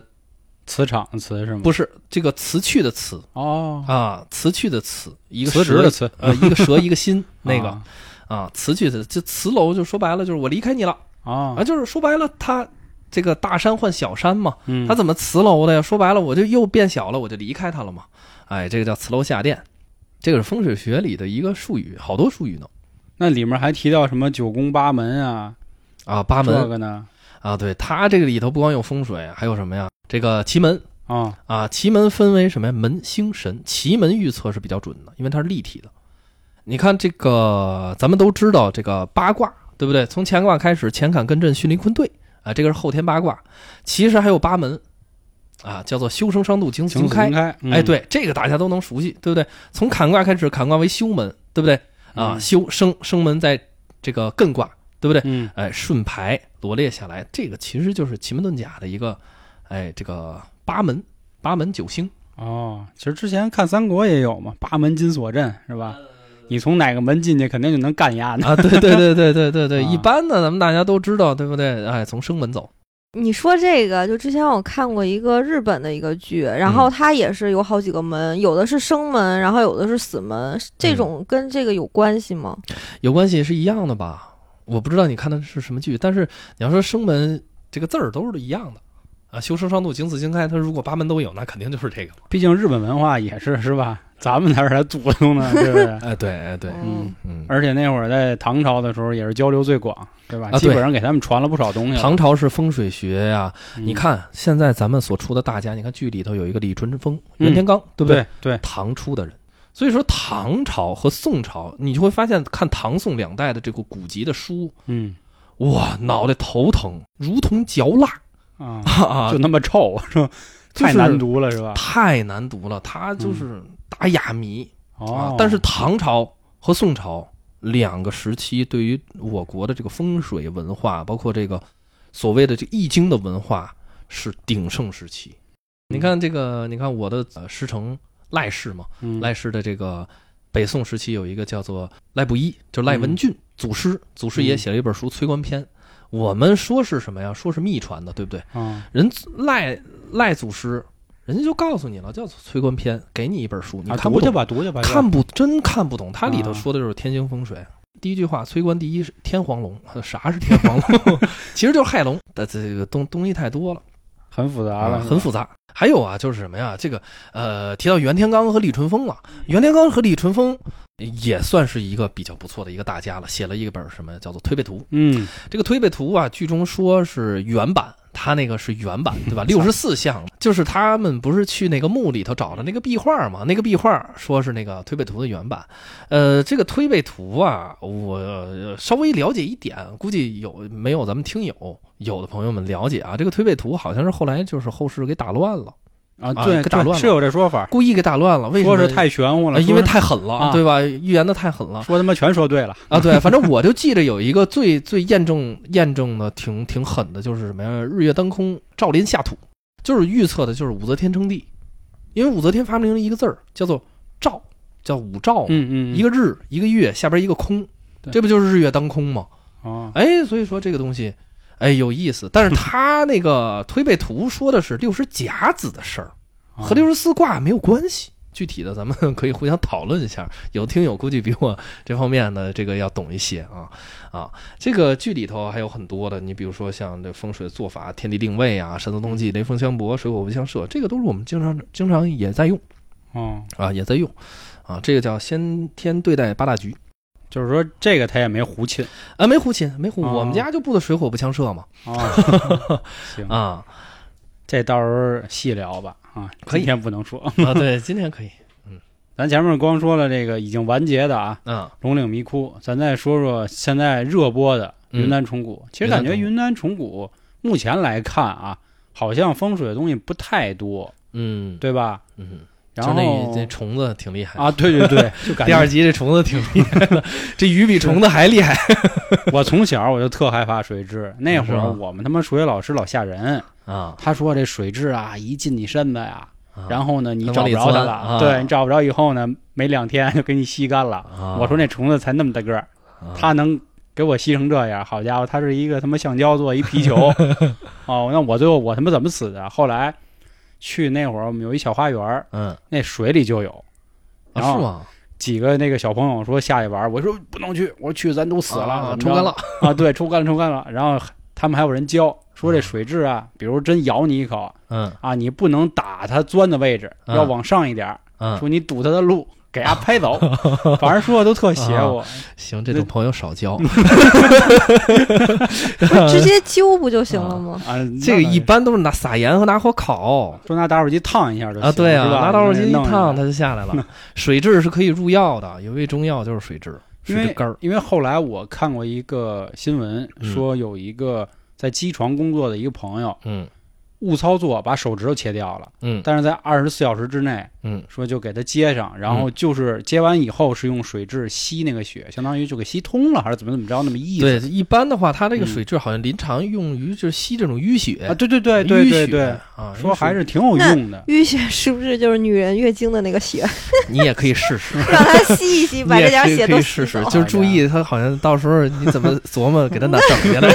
[SPEAKER 1] 磁啊场的磁是吗？
[SPEAKER 3] 不是这个辞去的辞
[SPEAKER 1] 哦，
[SPEAKER 3] 啊，辞去的辞，一个
[SPEAKER 1] 辞职
[SPEAKER 3] 蛇
[SPEAKER 1] 的辞，
[SPEAKER 3] 呃，一个蛇一 个心那个
[SPEAKER 1] 啊
[SPEAKER 3] 啊，辞去的这辞楼就说白了就是我离开你了啊，
[SPEAKER 1] 哦，
[SPEAKER 3] 就是说白了他这个大山换小山嘛，
[SPEAKER 1] 嗯
[SPEAKER 3] 他怎么辞楼的呀？说白了我就又变小了，我就离开他了嘛，哎，这个叫辞楼下店，这个是风水学里的一个术语，好多术语呢
[SPEAKER 1] 那里面还提到什么九宫八门啊？
[SPEAKER 3] 啊，八
[SPEAKER 1] 这
[SPEAKER 3] 门
[SPEAKER 1] 个呢？
[SPEAKER 3] 啊，对，它这个里头不光有风水，还有什么呀？这个奇门
[SPEAKER 1] 哦，
[SPEAKER 3] 啊，奇门分为什么呀？门、星、神。奇门预测是比较准的，因为它是立体的。你看这个，咱们都知道这个八卦，对不对？从乾卦开始，乾坎艮震巽离坤兑啊，这个是后天八卦。其实还有八门啊，叫做修生伤度经死
[SPEAKER 1] 请
[SPEAKER 3] 经
[SPEAKER 1] 子
[SPEAKER 3] 开
[SPEAKER 1] 公。开，嗯
[SPEAKER 3] 哎，，对，这个大家都能熟悉，对不对？从坎卦开始，坎卦为修门，对不对？啊，
[SPEAKER 1] 嗯
[SPEAKER 3] 修生生门在这个艮卦，对不对？
[SPEAKER 1] 嗯，
[SPEAKER 3] 哎，顺排罗列下来，这个其实就是奇门遁甲的一个，哎，这个八门八门九星。
[SPEAKER 1] 哦，其实之前看三国也有嘛，八门金锁阵是
[SPEAKER 3] 呃
[SPEAKER 1] 吧？你从哪个门进去，肯定就能干压 的。
[SPEAKER 3] 啊，对对对对对对对，
[SPEAKER 1] 啊
[SPEAKER 3] 一般的咱们大家都知道，对不对？哎，从生门走，
[SPEAKER 2] 你说这个，就之前我看过一个日本的一个剧，然
[SPEAKER 1] 嗯
[SPEAKER 2] 后它也是有好几个门，有的是生门，然后有的是死门，
[SPEAKER 1] 嗯
[SPEAKER 2] 这种跟这个有关系吗？
[SPEAKER 3] 有关系是一样的吧？我不知道你看的是什么剧，但是你要说生门这个字儿都是一样的啊，修生伤度经死经开，它如果八门都有，那肯定就是这个。
[SPEAKER 1] 毕竟日本文化也是是吧？咱们才是他祖宗 呢，对不对？
[SPEAKER 3] 哎，对哎
[SPEAKER 2] 哦
[SPEAKER 3] 对，
[SPEAKER 1] 嗯，
[SPEAKER 3] 嗯，
[SPEAKER 1] 而且那会儿在唐朝的时候也是交流最广，对吧？
[SPEAKER 3] 啊对
[SPEAKER 1] 基本上给他们传了不少东西。
[SPEAKER 3] 唐朝是风水学呀、
[SPEAKER 1] 嗯，
[SPEAKER 3] 你看现在咱们所出的大家，你看剧里头有一个李淳风、袁天罡，
[SPEAKER 1] 对
[SPEAKER 3] 对不对？
[SPEAKER 1] 对，
[SPEAKER 3] 唐出的人。所以说唐朝和宋朝，你就会发现看唐宋两代的这个古籍的书，
[SPEAKER 1] 嗯
[SPEAKER 3] 哇，脑袋头疼，如同嚼蜡
[SPEAKER 1] 啊，
[SPEAKER 3] 啊
[SPEAKER 1] 就，那么臭，是吧？
[SPEAKER 3] 就
[SPEAKER 1] 太
[SPEAKER 3] 是
[SPEAKER 1] 难读了，是吧？
[SPEAKER 3] 太难读了。他就是打哑谜、
[SPEAKER 1] 哦
[SPEAKER 3] 啊。，但是唐朝和宋朝两个时期，对于我国的这个风水文化，包括这个所谓的这易经的文化，是鼎盛时期。你看这个，你看我的呃师承赖氏嘛，
[SPEAKER 1] 嗯
[SPEAKER 3] 赖氏的这个北宋时期有一个叫做赖不一，就是赖文俊、祖师，祖师爷
[SPEAKER 1] 嗯
[SPEAKER 3] 写了一本书《催官篇》，我们说是什么呀？说是秘传的，对不对？
[SPEAKER 1] 啊，
[SPEAKER 3] 人赖赖祖师，人家就告诉你了，叫《催官篇》，给你一本书，你
[SPEAKER 1] 啊
[SPEAKER 3] 看不
[SPEAKER 1] 读去
[SPEAKER 3] 懂，
[SPEAKER 1] 吧，读去吧，
[SPEAKER 3] 看不真看不懂，它里头
[SPEAKER 1] 啊
[SPEAKER 3] 说的就是天星风水。第一句话，催官第一是天黄龙，啥是天黄龙？ 其实就是害龙，但这个东东西太多了。
[SPEAKER 1] 很复杂
[SPEAKER 3] 啊，
[SPEAKER 1] 了，
[SPEAKER 3] 很复杂。还有啊，就是什么呀？这个呃，提到袁天罡和李淳风了，袁天罡和李淳风也算是一个比较不错的一个大家了，写了一本什么叫做《推背图》。
[SPEAKER 1] 嗯，
[SPEAKER 3] 这个《推背图》啊，剧中说是原版，他那个是原版，
[SPEAKER 1] 嗯
[SPEAKER 3] 对吧？六十四项，就是他们不是去那个墓里头找的那个壁画嘛？那个壁画说是那个《推背图》的原版。呃，这个《推背图》啊，我呃稍微了解一点，估计有没有咱们听友有的朋友们了解啊？这个《推背图》好像是后来就是后世给打乱了，
[SPEAKER 1] 啊，
[SPEAKER 3] 啊
[SPEAKER 1] 对，
[SPEAKER 3] 给打
[SPEAKER 1] 对
[SPEAKER 3] 乱了
[SPEAKER 1] 是有这说法，
[SPEAKER 3] 故意给打乱了，为什
[SPEAKER 1] 说
[SPEAKER 3] 么？
[SPEAKER 1] 是太玄乎
[SPEAKER 3] 呃
[SPEAKER 1] 了，
[SPEAKER 3] 因为
[SPEAKER 1] 说是
[SPEAKER 3] 太狠了，
[SPEAKER 1] 啊
[SPEAKER 3] 对吧？预言的太狠了。
[SPEAKER 1] 说他妈全说对了，
[SPEAKER 3] 啊，对，反正我就记着有一个最最验证验证的挺挺狠的，就是什么呀？日月当空，照临下土，就是预测的就是武则天称帝，因为武则天发明了一个字儿叫做“照”，叫武照嘛，
[SPEAKER 1] 嗯嗯，
[SPEAKER 3] 一个日，一个月，下边一个空，
[SPEAKER 1] 对
[SPEAKER 3] 这不就是日月当空吗？
[SPEAKER 1] 哦，
[SPEAKER 3] 哎，所以说这个东西，哎，有意思。 但是他那个推背图说的是六十甲子的事儿，
[SPEAKER 1] 啊
[SPEAKER 3] 和六十四卦没有关系。具体的，咱们 可以互相讨论一下。有听友估计比我这方面的这个要懂一些啊啊！这个剧里头还有很多的，你比如说像这风水做法、天地定位啊、山泽冬季、雷风相搏、水火不相射，这个都是我们经常经常也在用
[SPEAKER 1] 哦，
[SPEAKER 3] 啊，也在用啊。这个叫先天对待八大局
[SPEAKER 1] 就是说这个他也没胡沏
[SPEAKER 3] 啊，没胡琴，没胡，
[SPEAKER 1] 哦
[SPEAKER 3] 我们家就布的水火不相射嘛
[SPEAKER 1] 哦， 行，
[SPEAKER 3] 啊
[SPEAKER 1] 这到时候细聊吧，啊，
[SPEAKER 3] 可以
[SPEAKER 1] 今天不能说，
[SPEAKER 3] 啊，对，今天可以
[SPEAKER 1] 咱前面光说了这个已经完结的啊，
[SPEAKER 3] 啊，
[SPEAKER 1] 龙岭迷窟，咱再说说现在热播的
[SPEAKER 3] 嗯
[SPEAKER 1] 云南虫谷。其实感觉云南虫谷目前来看啊，好像风水的东西不太多，
[SPEAKER 3] 嗯
[SPEAKER 1] 对吧？
[SPEAKER 3] 嗯，
[SPEAKER 1] 然后
[SPEAKER 3] 就那那虫子挺厉害的
[SPEAKER 1] 啊，对对 对，就感
[SPEAKER 3] 第二
[SPEAKER 1] 觉
[SPEAKER 3] 集这虫子挺厉害的，这鱼比虫子还厉 害
[SPEAKER 1] 我从小我就特害怕水蛭，那会
[SPEAKER 3] 嗯是吗
[SPEAKER 1] 儿我们他妈数学老师老吓人，
[SPEAKER 3] 啊！
[SPEAKER 1] 他说这水蛭啊，一进你身子呀，然后呢你
[SPEAKER 3] 它
[SPEAKER 1] 找
[SPEAKER 3] 往
[SPEAKER 1] 不
[SPEAKER 3] 里
[SPEAKER 1] 着它
[SPEAKER 3] 钻
[SPEAKER 1] 了，
[SPEAKER 3] 啊
[SPEAKER 1] 对你找不着以后呢，没两天就给你吸干了。
[SPEAKER 3] 后
[SPEAKER 1] 我说那虫子才那么大个儿，
[SPEAKER 3] 啊
[SPEAKER 1] 他能给我吸成这样，好家伙，他 是一个他妈橡胶做一皮球，哦，那我最后我他妈怎么死的？后来去那会儿我们有一小花园儿，
[SPEAKER 3] 嗯，
[SPEAKER 1] 那水里就有。
[SPEAKER 3] 啊
[SPEAKER 1] 然后
[SPEAKER 3] 是吗？
[SPEAKER 1] 几个那个小朋友说下去玩儿，我说不能去，我去咱都死了，怎么着
[SPEAKER 3] 啊冲干了，
[SPEAKER 1] 啊！对，抽干了，抽干了。然后他们还有人教说这
[SPEAKER 3] 嗯
[SPEAKER 1] 水蛭啊，比如真咬你一口
[SPEAKER 3] 嗯
[SPEAKER 1] 啊，你不能打它钻的位置，
[SPEAKER 3] 嗯
[SPEAKER 1] 要往上一点儿，
[SPEAKER 3] 嗯，
[SPEAKER 1] 说你堵它的路，给 它拍走。反正说的都特邪
[SPEAKER 3] 啊
[SPEAKER 1] 乎，啊
[SPEAKER 3] 行，这种朋友少交。
[SPEAKER 2] 不是 直接揪不就行了吗？
[SPEAKER 1] 啊，
[SPEAKER 3] 这个
[SPEAKER 1] 那
[SPEAKER 3] 一般都是拿撒盐和拿火烤
[SPEAKER 1] 说拿打火机烫一下就行
[SPEAKER 3] 啊，对啊，
[SPEAKER 1] 是吧
[SPEAKER 3] 拿打火机一烫，它
[SPEAKER 1] 弄
[SPEAKER 3] 就下 来了。水蛭是可以入药的，有一味中药就是水蛭，
[SPEAKER 1] 因
[SPEAKER 3] 水
[SPEAKER 1] 为
[SPEAKER 3] 蛭干儿。
[SPEAKER 1] 因为后来我看过一个新闻，
[SPEAKER 3] 嗯
[SPEAKER 1] 说有一个在机床工作的一个朋友
[SPEAKER 3] 嗯
[SPEAKER 1] 误操作把手指头切掉了，
[SPEAKER 3] 嗯
[SPEAKER 1] 但是在二十四小时之内，
[SPEAKER 3] 嗯，
[SPEAKER 1] 说就给它接上，然后就是接完以后是用水蛭吸那个血，相当于就给吸通了，还是怎么怎么着那么意思？
[SPEAKER 3] 对，一般的话，它这个
[SPEAKER 1] 嗯
[SPEAKER 3] 水蛭好像临床用于就是吸这种淤血
[SPEAKER 1] 啊，对对对对
[SPEAKER 3] 淤
[SPEAKER 1] 对
[SPEAKER 3] 血
[SPEAKER 1] 对，
[SPEAKER 3] 啊，
[SPEAKER 1] 说
[SPEAKER 3] 淤血
[SPEAKER 1] 还是挺有用的。
[SPEAKER 2] 淤血是不是就是女人月经的那个 血？
[SPEAKER 3] 你也可以试试，
[SPEAKER 2] 让她吸一 吸，把
[SPEAKER 3] 你
[SPEAKER 2] 这
[SPEAKER 3] 也
[SPEAKER 2] 点
[SPEAKER 3] 可
[SPEAKER 2] 血都
[SPEAKER 3] 以可以
[SPEAKER 2] 吸
[SPEAKER 3] 试试
[SPEAKER 2] 走。，
[SPEAKER 3] 就是注意它好像到时候你怎么琢磨给它哪整下来，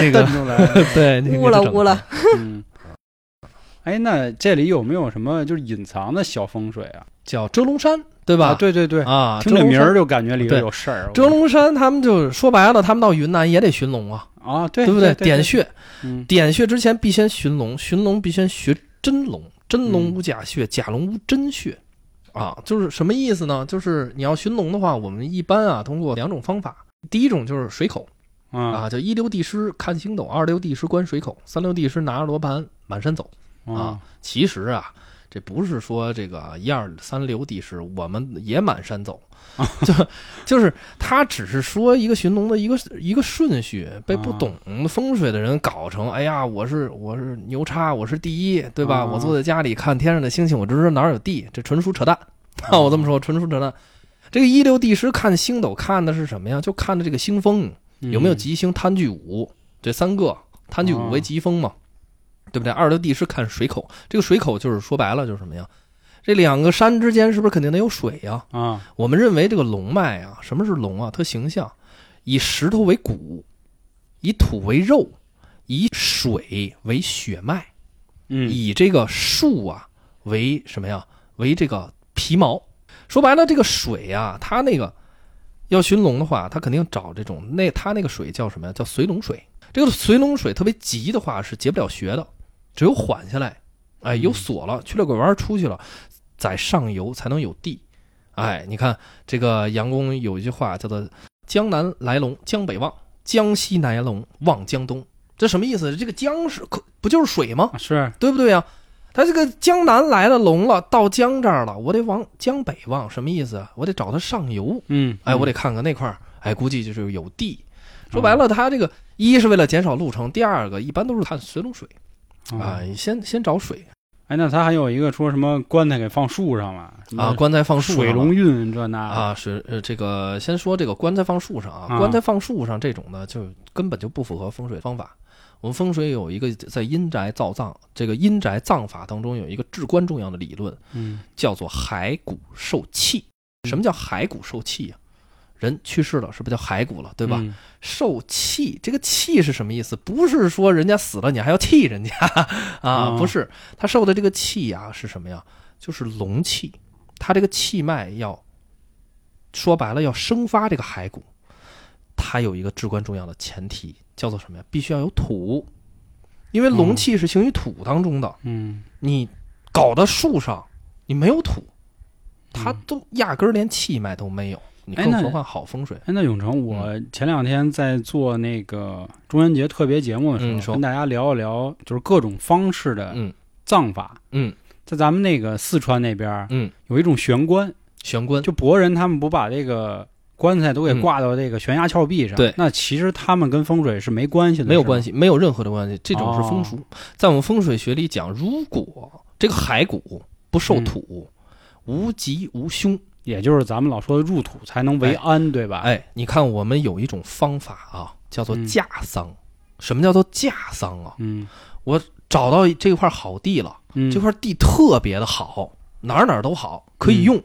[SPEAKER 3] 这
[SPEAKER 1] 蹬
[SPEAKER 3] 个
[SPEAKER 1] 出来，
[SPEAKER 3] 对，你给它
[SPEAKER 2] 污了
[SPEAKER 3] 整
[SPEAKER 2] 污了
[SPEAKER 3] 下来，
[SPEAKER 1] 嗯。哎，那这里有没有什么就是隐藏的小风水啊？
[SPEAKER 3] 叫遮龙山对
[SPEAKER 1] 啊，
[SPEAKER 3] 吧？
[SPEAKER 1] 对对对，
[SPEAKER 3] 啊，
[SPEAKER 1] 听
[SPEAKER 3] 遮
[SPEAKER 1] 这
[SPEAKER 3] 龙
[SPEAKER 1] 名
[SPEAKER 3] 山
[SPEAKER 1] 儿就感觉里边
[SPEAKER 3] 对
[SPEAKER 1] 有事儿。
[SPEAKER 3] 遮龙山，他们就说白了，他们到云南也得寻龙啊，
[SPEAKER 1] 啊，对
[SPEAKER 3] 不
[SPEAKER 1] 对？
[SPEAKER 3] 点，穴，
[SPEAKER 1] 嗯，
[SPEAKER 3] 点穴之前必先寻龙，寻龙必先学真龙，真龙
[SPEAKER 1] 嗯
[SPEAKER 3] 无假穴，假龙无真穴。啊，就是什么意思呢？就是你要寻龙的话，我们一般啊通过两种方法，第一种就是水口
[SPEAKER 1] 啊
[SPEAKER 3] 啊，叫一流地师看星斗，二流地师观水口，三流地师拿着罗盘满山走。啊，其实啊，这不是说这个一二三流地势，我们也满山走，
[SPEAKER 1] 啊
[SPEAKER 3] 就就是他只是说一个寻龙的一个一个顺序，被不
[SPEAKER 1] 啊
[SPEAKER 3] 懂风水的人搞成，哎呀，我是我是牛叉，我是第一，对吧？
[SPEAKER 1] 啊
[SPEAKER 3] 我坐在家里看天上的星星，我知道哪儿有地，这纯属扯淡。啊， 我这么说纯属扯淡。这个一流地师看星斗看的是什么呀？就看的这个星风。
[SPEAKER 1] 嗯
[SPEAKER 3] 有没有吉星贪巨五？这三个贪巨五为吉风嘛，对不对？二流地师看水口，这个水口就是说白了就是什么呀？这两个山之间是不是肯定得有水呀？
[SPEAKER 1] 嗯啊？
[SPEAKER 3] 我们认为这个龙脉啊，什么是龙啊？特形象，以石头为骨，以土为肉，以水为血脉，
[SPEAKER 1] 嗯，
[SPEAKER 3] 以这个树啊为什么呀？为这个皮毛。说白了，这个水啊，它那个要寻龙的话，它肯定找这种那它那个水叫什么呀？叫随龙水。这个随龙水特别急的话是结不了穴的，只有缓下来，哎，有锁了，去了拐弯出去了，在上游才能有地。哎，你看这个杨公有一句话叫做“江南来龙江北望，江西来龙望江东”，这什么意思？这个江是可不就是水吗？
[SPEAKER 1] 啊是
[SPEAKER 3] 对不对呀、他这个江南来了龙了，到江这儿了，我得往江北望，什么意思啊？我得找它上游，
[SPEAKER 1] 嗯，
[SPEAKER 3] 哎，我得看看那块儿，哎，估计就是有地。说白了，它这个一是为了减少路程，第二个一般都是看水龙水啊
[SPEAKER 1] 啊。，
[SPEAKER 3] 你先先找水
[SPEAKER 1] 哎，那他还有一个说什么棺材给放树上了什么
[SPEAKER 3] 啊，棺材放树上
[SPEAKER 1] 嗯水
[SPEAKER 3] 了
[SPEAKER 1] 龙运这那的
[SPEAKER 3] 啊，水呃，这个先说这个棺材放树上啊
[SPEAKER 1] 啊，
[SPEAKER 3] 棺材放树上这种呢，就根本就不符合风水方法。我们风水有一个在阴宅造葬，这个阴宅葬法当中有一个至关重要的理论，
[SPEAKER 1] 嗯
[SPEAKER 3] 叫做骸骨受气。什么叫骸骨受气呀、人去世了，是不是叫骸骨了，对吧？
[SPEAKER 1] 嗯
[SPEAKER 3] 受气，这个气是什么意思？不是说人家死了你还要气人家 啊，
[SPEAKER 1] 哦
[SPEAKER 3] 不是，他受的这个气呀、是什么呀？就是龙气，他这个气脉要说白了要生发这个骸骨，它有一个至关重要的前提，叫做什么呀？必须要有土，因为龙
[SPEAKER 1] 嗯
[SPEAKER 3] 气是行于土当中的。
[SPEAKER 1] 嗯，
[SPEAKER 3] 你搞到树上，你没有土，它
[SPEAKER 1] 嗯
[SPEAKER 3] 都压根儿连气脉都没有，你
[SPEAKER 1] 哎
[SPEAKER 3] 更
[SPEAKER 1] 那
[SPEAKER 3] 何况好风水？
[SPEAKER 1] 哎，那永成，我
[SPEAKER 3] 嗯
[SPEAKER 1] 前两天在做那个中元节特别节目的
[SPEAKER 3] 嗯
[SPEAKER 1] 时候，
[SPEAKER 3] 你说
[SPEAKER 1] 跟大家聊一聊，就是各种方式的
[SPEAKER 3] 嗯
[SPEAKER 1] 葬法。
[SPEAKER 3] 嗯
[SPEAKER 1] 在咱们那个四川那边儿，
[SPEAKER 3] 嗯，
[SPEAKER 1] 有一种悬棺，
[SPEAKER 3] 玄关
[SPEAKER 1] 就博人他们不把这个棺材都给
[SPEAKER 3] 嗯
[SPEAKER 1] 挂到这个悬崖峭壁上，
[SPEAKER 3] 对
[SPEAKER 1] 那其实他们跟风水是没关系的，
[SPEAKER 3] 没有关
[SPEAKER 1] 系。
[SPEAKER 3] 系，没有任何的关系，这种是风
[SPEAKER 1] 哦
[SPEAKER 3] 俗。在我们风水学里讲，如果这个骸骨不受
[SPEAKER 1] 嗯
[SPEAKER 3] 土，无吉无凶，
[SPEAKER 1] 也就是咱们老说的入土才能为安，对吧？，
[SPEAKER 3] 哎，你看我们有一种方法啊，叫做
[SPEAKER 1] 嗯
[SPEAKER 3] 架丧。什么叫做架丧啊？
[SPEAKER 1] 嗯
[SPEAKER 3] 找到这块好地了。
[SPEAKER 1] 嗯，
[SPEAKER 3] 这块地特别的好，哪儿哪儿都好，可以用，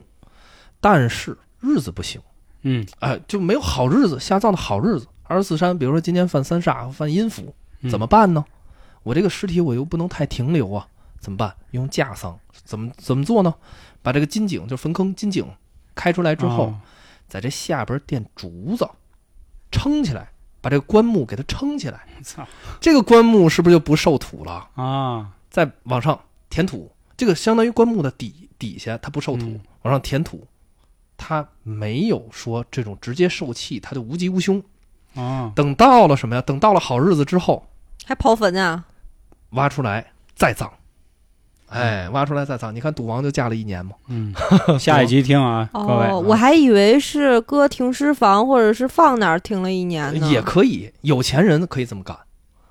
[SPEAKER 3] 但是日子不行，
[SPEAKER 1] 嗯
[SPEAKER 3] 哎，就没有好日子，下葬的好日子。二十四山，比如说今年犯三煞、犯阴符，
[SPEAKER 1] 嗯
[SPEAKER 3] 怎么办呢？我这个尸体我又不能太停留啊，怎么办？用架丧，怎么怎么做呢？把这个金井，就坟坑金井开出来之后，
[SPEAKER 1] 哦
[SPEAKER 3] 在这下边垫竹子，撑起来，把这个棺木给它撑起来。
[SPEAKER 1] 操
[SPEAKER 3] 这个棺木是不是就不受土了？
[SPEAKER 1] 啊，
[SPEAKER 3] 再往上填土，这个相当于棺木的底底下，它不受土，
[SPEAKER 1] 嗯
[SPEAKER 3] 往上填土，它没有说这种直接受气，它就无疾无凶。
[SPEAKER 1] 哦，
[SPEAKER 3] 等到了什么呀？等到了好日子之后，
[SPEAKER 2] 还刨坟啊？
[SPEAKER 3] 挖出来再葬。哎，挖出来再葬。你看赌王就嫁了一年嘛，
[SPEAKER 1] 嗯，下一集听啊，各位啊，
[SPEAKER 2] 哦，我还以为是搁停尸房或者是放哪儿停了一年呢。
[SPEAKER 3] 也可以，有钱人可以这么干，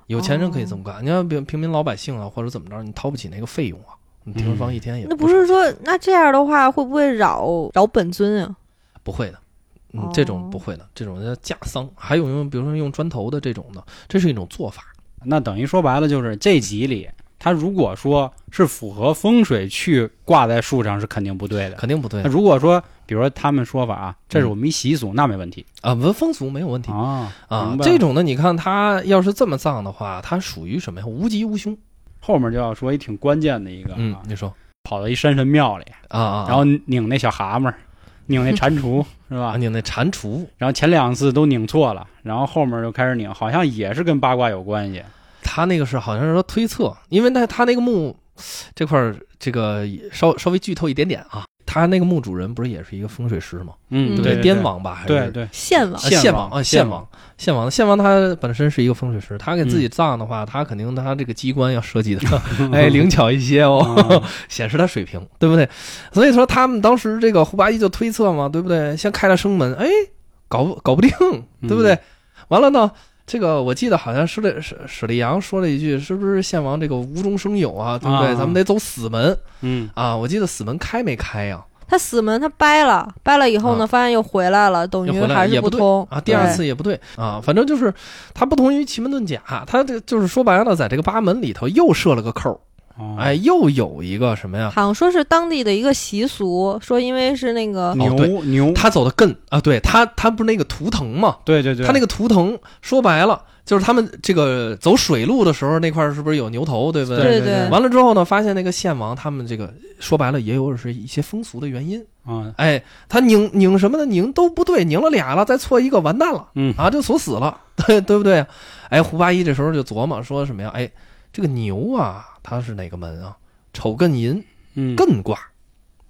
[SPEAKER 3] 有钱人可以
[SPEAKER 2] 哦
[SPEAKER 3] 这么干。你看平平民老百姓啊，或者怎么着，你掏不起那个费用啊，你停尸房一天也
[SPEAKER 2] 那
[SPEAKER 3] 不
[SPEAKER 2] 不
[SPEAKER 3] 少
[SPEAKER 2] 是说那这样的话会不会扰扰本尊啊？
[SPEAKER 3] 不会的，嗯
[SPEAKER 2] 哦，
[SPEAKER 3] 这种不会的，这种叫架丧，还有用比如说用砖头的这种的，这是一种做法。
[SPEAKER 1] 那等于说白了就是这集里，他如果说是符合风水去挂在树上是肯定不对的。
[SPEAKER 3] 肯定不对
[SPEAKER 1] 那如果说，比如说他们说法啊，这是我们一习俗，那没问题
[SPEAKER 3] 啊，文风俗没有问题
[SPEAKER 1] 啊
[SPEAKER 3] 啊
[SPEAKER 1] 明。白了
[SPEAKER 3] 这种的，你看他要是这么葬的话，他属于什么呀？无疾无凶。
[SPEAKER 1] 后面就要说一挺关键的一个
[SPEAKER 3] 嗯
[SPEAKER 1] 啊，，
[SPEAKER 3] 你说
[SPEAKER 1] 跑到一山神庙里，
[SPEAKER 3] 啊啊，
[SPEAKER 1] 然后拧那小蛤蟆，拧那蟾 蜍，是吧
[SPEAKER 3] 啊，？你那蟾蜍，
[SPEAKER 1] 然后前两次都拧错了，然后后面就开始拧，好像也是跟八卦有关系。
[SPEAKER 3] 他那个是好像是说推测，因为那他那个墓这块儿，这个稍稍微剧透一点点啊，他那个墓主人不是也是一个风水师吗？
[SPEAKER 1] 嗯，
[SPEAKER 2] 嗯
[SPEAKER 3] 对
[SPEAKER 1] 对，
[SPEAKER 3] 滇，王吧？还
[SPEAKER 1] 对
[SPEAKER 3] 是
[SPEAKER 1] 对，
[SPEAKER 2] 献王
[SPEAKER 3] 啊
[SPEAKER 1] 献
[SPEAKER 3] 献
[SPEAKER 1] 王
[SPEAKER 3] 王啊，
[SPEAKER 1] 献
[SPEAKER 3] 献王，献王，献王，他本身是一个风水师，他给自己
[SPEAKER 1] 嗯
[SPEAKER 3] 葬的话，他肯定他这个机关要设计的， 哎，灵巧一些哦，
[SPEAKER 1] 啊
[SPEAKER 3] 显示他水平，对不对？所以说他们当时这个胡八一就推测嘛，对不对？先开了生门，哎，搞不搞不定，对不对？
[SPEAKER 1] 嗯
[SPEAKER 3] 完了呢，这个我记得好像是这史史立阳说了一句，是不是献王这个无中生有啊？对不对？
[SPEAKER 1] 啊
[SPEAKER 3] 咱们得走死门
[SPEAKER 1] 嗯，
[SPEAKER 3] 啊！我记得死门开没开呀、
[SPEAKER 2] 他死门他掰了，掰了以后呢，
[SPEAKER 3] 啊
[SPEAKER 2] 发现又回来了，等
[SPEAKER 3] 又
[SPEAKER 2] 于
[SPEAKER 3] 回来
[SPEAKER 2] 还是
[SPEAKER 3] 也不对
[SPEAKER 2] 通
[SPEAKER 3] 啊，第二次也不对啊，反正就是它不同于奇门遁甲，它这就是说白了，在这个八门里头又设了个扣儿，
[SPEAKER 1] 哦
[SPEAKER 3] 哎，，又有一个什么呀？
[SPEAKER 2] 好像说是当地的一个习俗，说因为是那个
[SPEAKER 1] 牛
[SPEAKER 3] 对
[SPEAKER 1] 牛，
[SPEAKER 3] 他走的更啊，对他他不是那个图腾嘛，
[SPEAKER 1] 对对对，
[SPEAKER 3] 他那个图腾说白了就是他们这个走水路的时候那块儿是不是有牛头，对不
[SPEAKER 2] 对
[SPEAKER 1] 对
[SPEAKER 2] 对
[SPEAKER 3] 完了之后呢，发现那个献王他们这个说白了也有是一些风俗的原因，
[SPEAKER 1] 啊，
[SPEAKER 3] 哎，他拧拧什么的拧都不对，拧了俩了，再错一个完蛋了，
[SPEAKER 1] 嗯
[SPEAKER 3] 啊，就锁死了， 对对不对？哎，胡八一这时候就琢磨说什么呀？哎，这个牛啊，它是哪个门啊？丑艮寅
[SPEAKER 1] 嗯
[SPEAKER 3] 艮卦，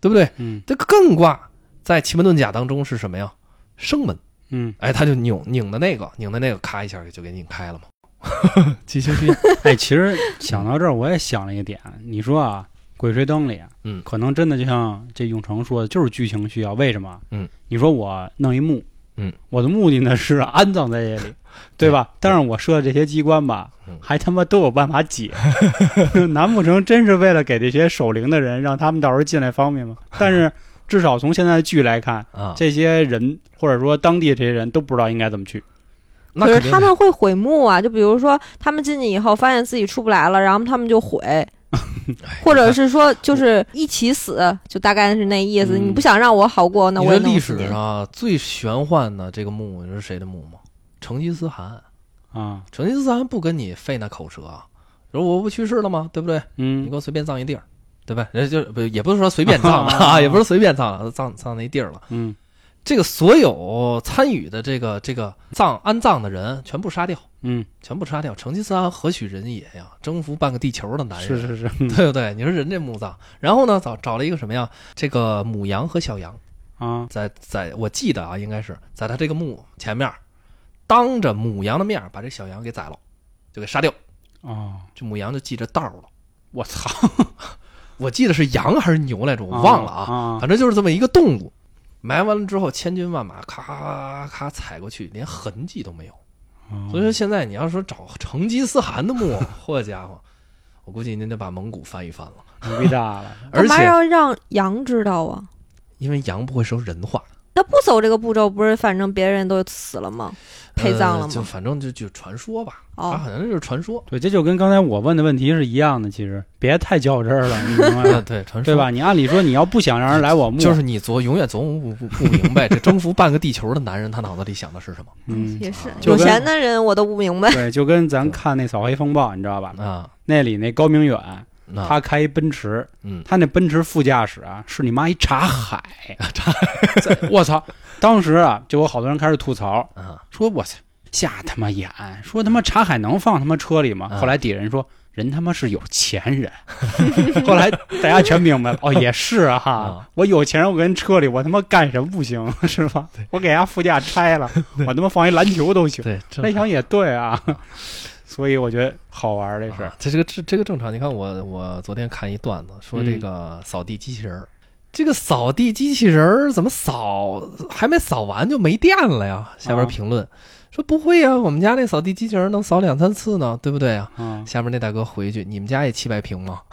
[SPEAKER 3] 对不对？
[SPEAKER 1] 嗯
[SPEAKER 3] 这个艮卦在奇门遁甲当中是什么呀？生门。
[SPEAKER 1] 嗯，
[SPEAKER 3] 哎，他就拧拧的那个，拧的那个，咔一下就给拧开了嘛。 继续继续，
[SPEAKER 1] 哎，其实想到这儿，我也想了一个点，你说啊，《鬼吹灯》里，
[SPEAKER 3] 嗯
[SPEAKER 1] 可能真的就像这永成说的，就是剧情需要。为什么？
[SPEAKER 3] 嗯，
[SPEAKER 1] 你说我弄一墓，
[SPEAKER 3] 嗯，
[SPEAKER 1] 我的目的呢是安葬在这 里，对吧？但是我设这些机关吧
[SPEAKER 3] 嗯，
[SPEAKER 1] 还他妈都有办法 解，难不成真是为了给这些守灵的人，让他们到时候进来方便吗？但是至少从现在的剧来看，
[SPEAKER 3] 啊，
[SPEAKER 1] 这些人或者说当地这些人都不知道应该怎么去。
[SPEAKER 3] 那
[SPEAKER 2] 可
[SPEAKER 3] 肯
[SPEAKER 2] 是
[SPEAKER 3] 定
[SPEAKER 2] 他们会悔墓啊，就比如说他们进去以后发现自己出不来了，然后他们就悔，
[SPEAKER 3] 哎
[SPEAKER 2] 或者
[SPEAKER 3] 你看
[SPEAKER 2] 是说就是一起死，就大概是那意思。
[SPEAKER 1] 嗯
[SPEAKER 2] 你不想让我好过，那
[SPEAKER 3] 你
[SPEAKER 2] 我
[SPEAKER 3] 说
[SPEAKER 2] 也弄
[SPEAKER 3] 历
[SPEAKER 2] 死
[SPEAKER 3] 史
[SPEAKER 2] 你
[SPEAKER 3] 上啊最玄幻的这个墓，你知道是谁的墓吗？成吉思汗。
[SPEAKER 1] 啊，
[SPEAKER 3] 成吉思汗不跟你费那口舌啊，说我不去世了吗？对不对？你
[SPEAKER 1] 嗯
[SPEAKER 3] 给，我随便葬一地儿，对吧？人家就不也不是说随便葬了啊，也 不是随便葬了，葬葬那地儿了。
[SPEAKER 1] 嗯，
[SPEAKER 3] 这个所有参与的这个这个葬安葬的人全部杀掉，
[SPEAKER 1] 嗯，
[SPEAKER 3] 全部杀掉。成吉思汗何许人也呀？征服半个地球的男人，
[SPEAKER 1] 是是是，嗯
[SPEAKER 3] 对不对？你说人这墓葬，然后呢找找了一个什么呀？这个母羊和小羊，
[SPEAKER 1] 啊，
[SPEAKER 3] 在在我记得啊，应该是在他这个墓前面，当着母羊的面把这小羊给宰了，就给杀掉。
[SPEAKER 1] 哦，
[SPEAKER 3] 这母羊就记着道儿了。
[SPEAKER 1] 我操，
[SPEAKER 3] 我记得是羊还是牛来着，我忘了啊，
[SPEAKER 1] 啊，
[SPEAKER 3] 反正就是这么一个动物。埋完了之后，千军万马咔咔踩过去，连痕迹都没有。
[SPEAKER 1] 哦
[SPEAKER 3] 所以说现在你要说找成吉思汗的墓， 好家伙，我估计您得把蒙古翻一翻了。
[SPEAKER 1] 牛逼大了，
[SPEAKER 3] 而
[SPEAKER 2] 干嘛
[SPEAKER 3] 且
[SPEAKER 2] 要让羊知道啊？
[SPEAKER 3] 因为羊不会说人话，
[SPEAKER 2] 那不走这个步骤，不是反正别人都死了吗？陪葬了
[SPEAKER 3] 呃就
[SPEAKER 2] 吗？
[SPEAKER 3] 反正就就传说吧，它
[SPEAKER 2] 哦，
[SPEAKER 3] 好像就是传说。
[SPEAKER 1] 对，这就跟刚才我问的问题是一样的。其实别太较真儿了，你明白
[SPEAKER 3] 对
[SPEAKER 1] 吗？
[SPEAKER 3] 啊对，传说
[SPEAKER 1] 对吧？？你按理说你要不想让人来我墓，
[SPEAKER 3] 就是你琢永远琢磨不不不明白，这征服半个地球的男人，他脑子里想的是什么
[SPEAKER 1] 嗯，
[SPEAKER 2] 也是
[SPEAKER 1] 就
[SPEAKER 2] 有
[SPEAKER 1] 跟
[SPEAKER 2] 钱的人我都不明白。
[SPEAKER 1] 对，就跟咱看那《扫黑风暴》，你知道吧？
[SPEAKER 3] 啊？
[SPEAKER 1] 那里那高明远
[SPEAKER 3] 那
[SPEAKER 1] 他开一奔驰，
[SPEAKER 3] 嗯，
[SPEAKER 1] 他那奔驰副驾驶啊，是你妈一茶海， 茶， 我操！当时啊，就有好多人开始吐槽，
[SPEAKER 3] 啊，
[SPEAKER 1] 说我操，瞎他妈演，说他妈茶海能放他妈车里吗？
[SPEAKER 3] 嗯
[SPEAKER 1] 后来底下人说。人他妈是有钱 人，后来大家全明白了。哦，也是啊，哈
[SPEAKER 3] 啊
[SPEAKER 1] 我有钱人，我跟车里我他妈干什么不 行是吧？我给人家副驾拆了，我他妈放一篮球都行。
[SPEAKER 3] 对，
[SPEAKER 1] 那想也对啊， 所以我觉得好玩儿这事儿
[SPEAKER 3] 嗯啊。这这个这这个正常。你看我我昨天看一段子，说这
[SPEAKER 1] 嗯
[SPEAKER 3] 个扫地机器人儿，这个扫地机器人儿怎么扫还没扫完就没电了呀？下边
[SPEAKER 1] 啊
[SPEAKER 3] 评论、说不会啊呀、我们家那扫地机器人儿能扫两三次呢，对不对啊？
[SPEAKER 1] 嗯，
[SPEAKER 3] 下面那大哥回一句：“你们家也七百平吗？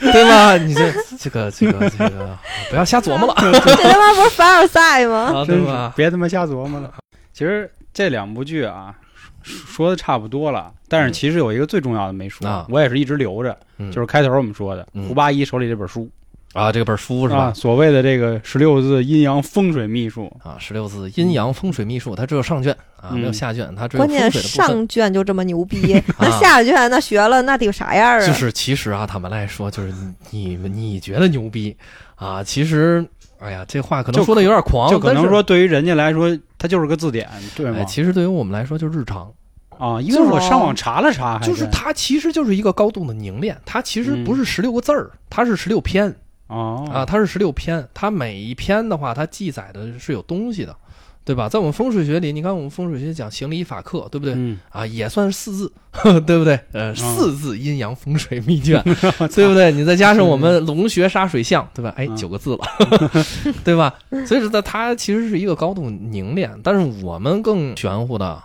[SPEAKER 3] 对吧？你这这个这个这个，不要瞎琢磨了
[SPEAKER 2] 这他妈不是凡尔赛 吗？
[SPEAKER 3] 啊，
[SPEAKER 1] 真
[SPEAKER 3] 对
[SPEAKER 1] 是
[SPEAKER 3] 吧？
[SPEAKER 1] 别他妈瞎琢磨 了。其实这两部剧啊，说说的差不多了，但是其实有一个最重要的没说，
[SPEAKER 3] 嗯啊
[SPEAKER 1] 我也是一直留着，
[SPEAKER 3] 嗯
[SPEAKER 1] 就是开头我们说的、
[SPEAKER 3] 嗯
[SPEAKER 1] 胡八一手里这本书
[SPEAKER 3] 啊，这本书是
[SPEAKER 1] 啊，
[SPEAKER 3] 吧？
[SPEAKER 1] 所谓的这个十六字阴阳风水秘术，
[SPEAKER 3] 啊，十六字阴阳风水秘术，它只有上卷啊，
[SPEAKER 1] 嗯
[SPEAKER 3] 没有下卷，它只有
[SPEAKER 2] 关
[SPEAKER 3] 风
[SPEAKER 2] 键
[SPEAKER 3] 水的部分。
[SPEAKER 2] 上卷就这么牛逼，那
[SPEAKER 3] 啊
[SPEAKER 2] 下卷那学了那得啥样
[SPEAKER 3] 就
[SPEAKER 2] 啊？
[SPEAKER 3] 是其实啊，坦白来说，就是你你你觉得牛逼啊，其实哎呀，这话可能
[SPEAKER 1] 就
[SPEAKER 3] 说的有点狂，
[SPEAKER 1] 就可
[SPEAKER 3] 哦但
[SPEAKER 1] 能
[SPEAKER 3] 是
[SPEAKER 1] 说对于人家来说，它就是个字典，对吗
[SPEAKER 3] 哎，？其实对于我们来说就是日常，
[SPEAKER 1] 啊，因为我上网查了查，还
[SPEAKER 3] 就是它其实就是一个高度的凝练，它其实不是十六个字儿，它是十六篇。
[SPEAKER 1] 嗯哦
[SPEAKER 3] 啊，它是十六篇，它每一篇的话，它记载的是有东西的，对吧？在我们风水学里，你看我们风水学讲行离法克，对不对？
[SPEAKER 1] 嗯，
[SPEAKER 3] 啊，也算是四字， 对不对？呃，四字阴阳风水秘卷， 对不对？你再加上我们龙学杀水相，对吧？哎，
[SPEAKER 1] 嗯
[SPEAKER 3] 九个字了， 对吧？所以说它它其实是一个高度凝练，但是我们更玄乎的，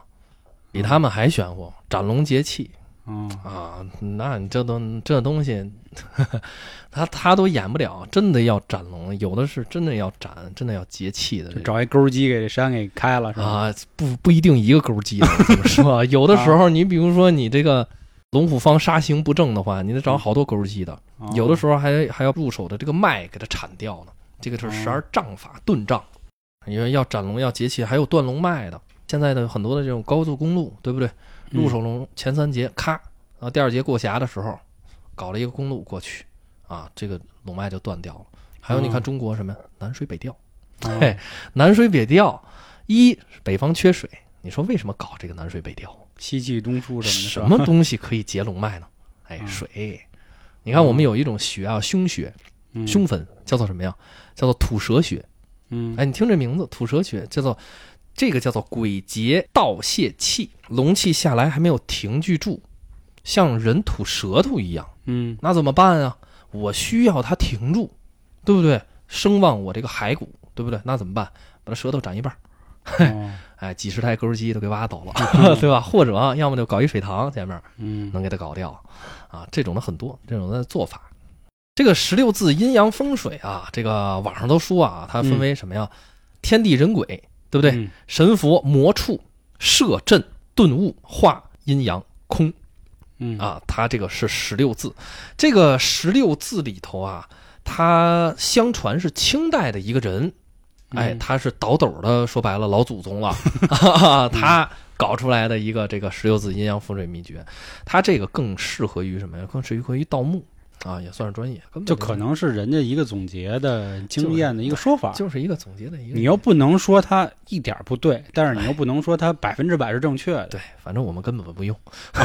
[SPEAKER 3] 比他们还玄乎，斩龙劫气。
[SPEAKER 1] 哦，
[SPEAKER 3] 啊，那你这都这东西， 他他都演不了，真的要斩龙，有的是真的要斩，真的要节气的
[SPEAKER 1] 就
[SPEAKER 3] 这种。
[SPEAKER 1] 找一钩儿机给这山给开了是吧？
[SPEAKER 3] 啊，不不一定一个勾 机的，我怎么说？啊有的时
[SPEAKER 1] 啊
[SPEAKER 3] 候你比如说你这个龙虎方杀行不正的话，你得找好多勾机的，
[SPEAKER 1] 哦
[SPEAKER 3] 有的时候还还要入手的这个脉给它铲掉呢。这个就是十二杖法遁杖，因为要斩龙要节气，还有断龙脉的。现在的很多的这种高速公路，对不对？
[SPEAKER 1] 嗯
[SPEAKER 3] 入手龙前三节，咔，然后第二节过峡的时候，搞了一个公路过去，啊，这个龙脉就断掉了。还有，你看
[SPEAKER 1] 嗯
[SPEAKER 3] 中国什么呀南水北调，
[SPEAKER 1] 嗯哦
[SPEAKER 3] 嘿南水北调，一是北方缺水，你说为什么搞这个南水北调？
[SPEAKER 1] 西气东输什
[SPEAKER 3] 什
[SPEAKER 1] 么的，是吧？
[SPEAKER 3] 么东西可以结龙脉呢？哎，
[SPEAKER 1] 嗯
[SPEAKER 3] 水。你看我们有一种穴啊，胸穴、
[SPEAKER 1] 嗯
[SPEAKER 3] 胸坟，叫做什么呀？叫做吐舌穴。
[SPEAKER 1] 嗯
[SPEAKER 3] 哎，你听这名字，吐舌穴叫做这个叫做鬼节盗泄气，龙气下来还没有停聚住，像人吐舌头一样，
[SPEAKER 1] 嗯
[SPEAKER 3] 那怎么办啊？我需要它停住，对不对？声望我这个骸骨，对不对？那怎么办？把它舌头斩一半儿，
[SPEAKER 1] 哦
[SPEAKER 3] 哎，几十台钩机都给挖倒了， 对吧？或者啊，要么就搞一水塘前面，
[SPEAKER 1] 嗯
[SPEAKER 3] 能给它搞掉啊。这种的很多，这种的做法。这个十六字阴阳风水啊，这个网上都说啊，它分为什么呀？天地人鬼，对不对？
[SPEAKER 1] 嗯
[SPEAKER 3] 神佛魔处摄阵顿悟化阴阳空
[SPEAKER 1] 嗯
[SPEAKER 3] 啊，它这个是十六字。这个十六字里头啊，它相传是清代的一个人，
[SPEAKER 1] 嗯
[SPEAKER 3] 哎，他是倒斗的，说白了老祖 宗了，
[SPEAKER 1] 嗯
[SPEAKER 3] 他搞出来的一个这个十六字阴阳风水秘诀，他这个更适合于什么呀？更适合于盗墓啊，也算是专业，根本
[SPEAKER 1] 就可能是人家一个总结的经验的一个说法。
[SPEAKER 3] 就是一个总结的一个。
[SPEAKER 1] 你又不能说它一点儿不对，但是你又不能说它百分之百是正确的。
[SPEAKER 3] 对，反正我们根本不用，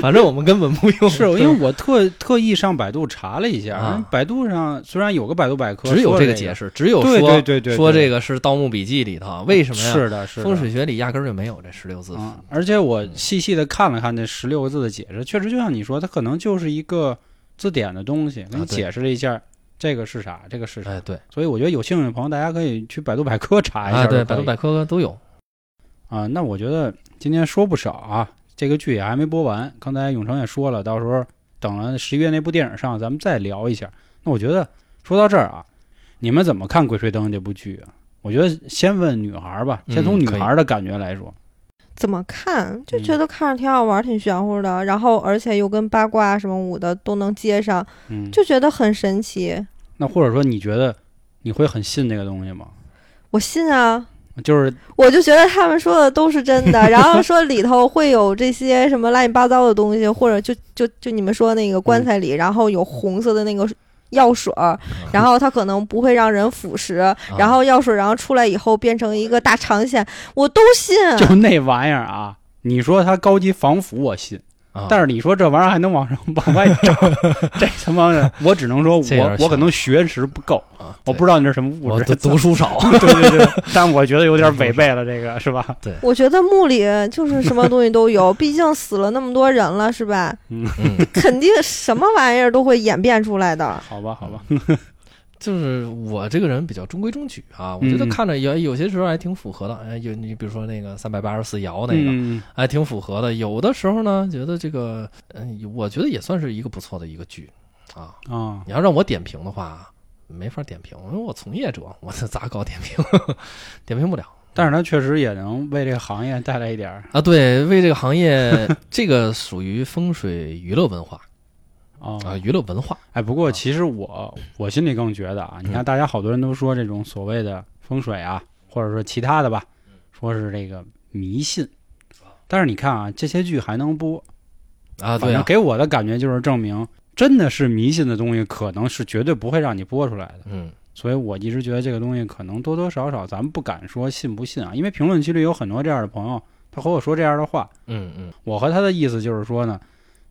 [SPEAKER 3] 反正我们根本不用，
[SPEAKER 1] 是因为我特特意上百度查了一下，
[SPEAKER 3] 哎啊
[SPEAKER 1] 百度上虽然有个百度百科，
[SPEAKER 3] 只有
[SPEAKER 1] 这
[SPEAKER 3] 这个解，释，只有
[SPEAKER 1] 对
[SPEAKER 3] 说
[SPEAKER 1] 对对对，
[SPEAKER 3] 说这
[SPEAKER 1] 个
[SPEAKER 3] 个是《盗墓笔记》里头，为什么呀？
[SPEAKER 1] 是的，是的
[SPEAKER 3] 风水学里压根儿就没有这十六字。嗯
[SPEAKER 1] 啊。而且我细细的看了看这十六个字的解释，确实就像你说，它可能就是一个字典的东西，给你
[SPEAKER 3] 啊对
[SPEAKER 1] 解释了一下这个是啥，这个是啥。
[SPEAKER 3] 哎，对，
[SPEAKER 1] 所以我觉得有兴趣的朋友，大家可以去百度百科查一下
[SPEAKER 3] 哎
[SPEAKER 1] 就可以。
[SPEAKER 3] 对，百度百科都有。
[SPEAKER 1] 啊，那我觉得今天说不少啊，这个剧也还没播完。刚才永成也说了，到时候等了十一月那部电影上，咱们再聊一下。那我觉得说到这儿啊，你们怎么看《鬼吹灯》这部剧啊？我觉得先问女孩儿吧，先
[SPEAKER 3] 嗯
[SPEAKER 1] 从女
[SPEAKER 3] 可以
[SPEAKER 1] 孩儿的感觉来说。
[SPEAKER 2] 怎么看就觉得看着挺好玩，挺玄乎的，
[SPEAKER 3] 嗯
[SPEAKER 2] 然后而且又跟八卦什么舞的都能接上，
[SPEAKER 1] 嗯，
[SPEAKER 2] 就觉得很神奇。
[SPEAKER 1] 那或者说你觉得你会很信这个东西吗？
[SPEAKER 2] 我信啊，
[SPEAKER 1] 就是
[SPEAKER 2] 我就觉得他们说的都是真 的，然后说里头会有这些什么乱七八糟的东西，或者就就就你们说那个棺材里，
[SPEAKER 3] 嗯
[SPEAKER 2] 然后有红色的那个药水
[SPEAKER 3] 啊
[SPEAKER 2] 儿，然后它可能不会让人腐蚀，然后药水儿然后出来以后变成一个大长线，我都信。
[SPEAKER 1] 就那玩意儿啊，你说它高级防腐我信，
[SPEAKER 3] 啊，
[SPEAKER 1] 但是你说这玩意儿还能往上往外 长，这他妈的，我只能说
[SPEAKER 3] 这有点
[SPEAKER 1] 我我可能学识不够，
[SPEAKER 3] 啊
[SPEAKER 1] 我
[SPEAKER 3] 对
[SPEAKER 1] 不知道你这什么物
[SPEAKER 3] 我
[SPEAKER 1] 质
[SPEAKER 3] 读，读书少，
[SPEAKER 1] 对对对， 但我觉得有点违背了这 个是吧？
[SPEAKER 2] 我觉得墓里就是什么东西都有，毕竟死了那么多人了，是吧？
[SPEAKER 3] 嗯，
[SPEAKER 2] 肯定什么玩意儿都会演变出来的。
[SPEAKER 1] 好吧好吧，
[SPEAKER 3] 就是我这个人比较中规中矩啊，我觉得
[SPEAKER 1] 嗯
[SPEAKER 3] 看着有有些时候还挺符合的，哎，有你比如说那个三百八十四爻那个，
[SPEAKER 1] 嗯
[SPEAKER 3] 还挺符合的。有的时候呢，觉得这个，嗯、我觉得也算是一个不错的一个剧啊。
[SPEAKER 1] 啊
[SPEAKER 3] 你要让我点评的话，没法点评，因为我从业者，我这咋搞点评？ 点评不了
[SPEAKER 1] 但是它确实也能为这个行业带来一点儿
[SPEAKER 3] 啊。对，为这个 行业，这个属于风水娱乐文化
[SPEAKER 1] 啊
[SPEAKER 3] 啊，娱乐文化。
[SPEAKER 1] 哎，不过
[SPEAKER 3] 啊嗯
[SPEAKER 1] 其实我我心里更觉得啊，你看大家好多人都说这种所谓的风水啊，或者说其他的吧，
[SPEAKER 3] 嗯
[SPEAKER 1] 说是这个迷信。但是你看啊，这些剧还能播，
[SPEAKER 3] 啊，
[SPEAKER 1] 反
[SPEAKER 3] 对
[SPEAKER 1] 正
[SPEAKER 3] 啊，
[SPEAKER 1] 给我的感觉就是证明，真的是迷信的东西，可能是绝对不会让你播出来的。
[SPEAKER 3] 嗯，
[SPEAKER 1] 所以我一直觉得这个东西可能多多少少，咱们不敢说信不信啊，因为评论区里有很多这样的朋友，他和我说这样的话，
[SPEAKER 3] 嗯嗯
[SPEAKER 1] 我和他的意思就是说呢，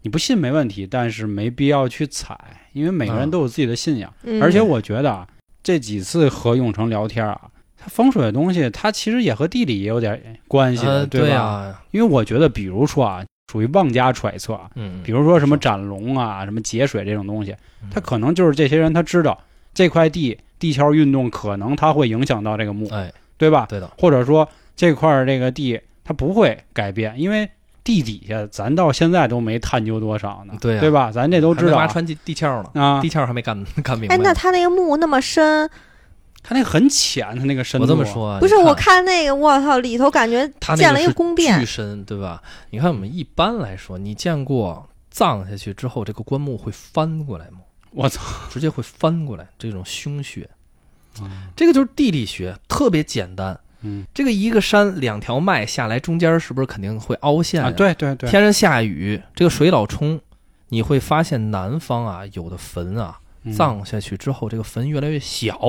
[SPEAKER 1] 你不信没问题，但是没必要去踩，因为每个人
[SPEAKER 3] 啊
[SPEAKER 1] 都有自己的信仰。
[SPEAKER 2] 嗯，
[SPEAKER 1] 而且我觉得啊，这几次和永成聊天啊，它风水的东西，它其实也和地理也有点关系的，
[SPEAKER 3] 呃，对
[SPEAKER 1] 吧？
[SPEAKER 3] 啊，
[SPEAKER 1] 因为我觉得，比如说啊，属于妄加揣测啊，
[SPEAKER 3] 嗯，
[SPEAKER 1] 比如说什么
[SPEAKER 3] 是
[SPEAKER 1] 斩龙啊、什么节水这种东西，它
[SPEAKER 3] 嗯
[SPEAKER 1] 可能就是这些人他知道这块地地壳运动可能它会影响到这个墓，
[SPEAKER 3] 哎，
[SPEAKER 1] 对吧？
[SPEAKER 3] 对的，
[SPEAKER 1] 或者说这块儿这个地它不会改变，因为地底下咱到现在都没探究多少呢，
[SPEAKER 3] 对啊
[SPEAKER 1] 吧？咱这都嗯
[SPEAKER 3] 还
[SPEAKER 1] 知
[SPEAKER 3] 没
[SPEAKER 1] 道
[SPEAKER 3] 挖
[SPEAKER 1] 啊
[SPEAKER 3] 穿地地壳呢，
[SPEAKER 1] 啊
[SPEAKER 3] 地，壳还没干 干明白
[SPEAKER 2] 哎，
[SPEAKER 3] 呢。
[SPEAKER 2] 那他那个墓那么深，
[SPEAKER 1] 它那个很浅，它那个深度
[SPEAKER 3] 我
[SPEAKER 1] 啊。
[SPEAKER 3] 这么说啊，
[SPEAKER 2] 不是
[SPEAKER 3] 你
[SPEAKER 2] 我看那个，我操，里头感觉
[SPEAKER 3] 他那
[SPEAKER 2] 建
[SPEAKER 3] 个
[SPEAKER 2] 了一个
[SPEAKER 3] 是
[SPEAKER 2] 宫殿
[SPEAKER 3] 巨，深，对吧？你看我们一般来说，你见过葬下去之后，这个棺木会翻过来吗？
[SPEAKER 1] 我操！
[SPEAKER 3] 直接会翻过来，这种凶穴，这个就是地理学，特别简单。
[SPEAKER 1] 嗯
[SPEAKER 3] 这个一个山两条脉下来，中间是不是肯定会凹陷呀
[SPEAKER 1] 啊，对对对，
[SPEAKER 3] 天上下雨，这个水老冲，你会发现南方啊，有的坟啊，
[SPEAKER 1] 嗯
[SPEAKER 3] 葬下去之后，这个坟越来越小，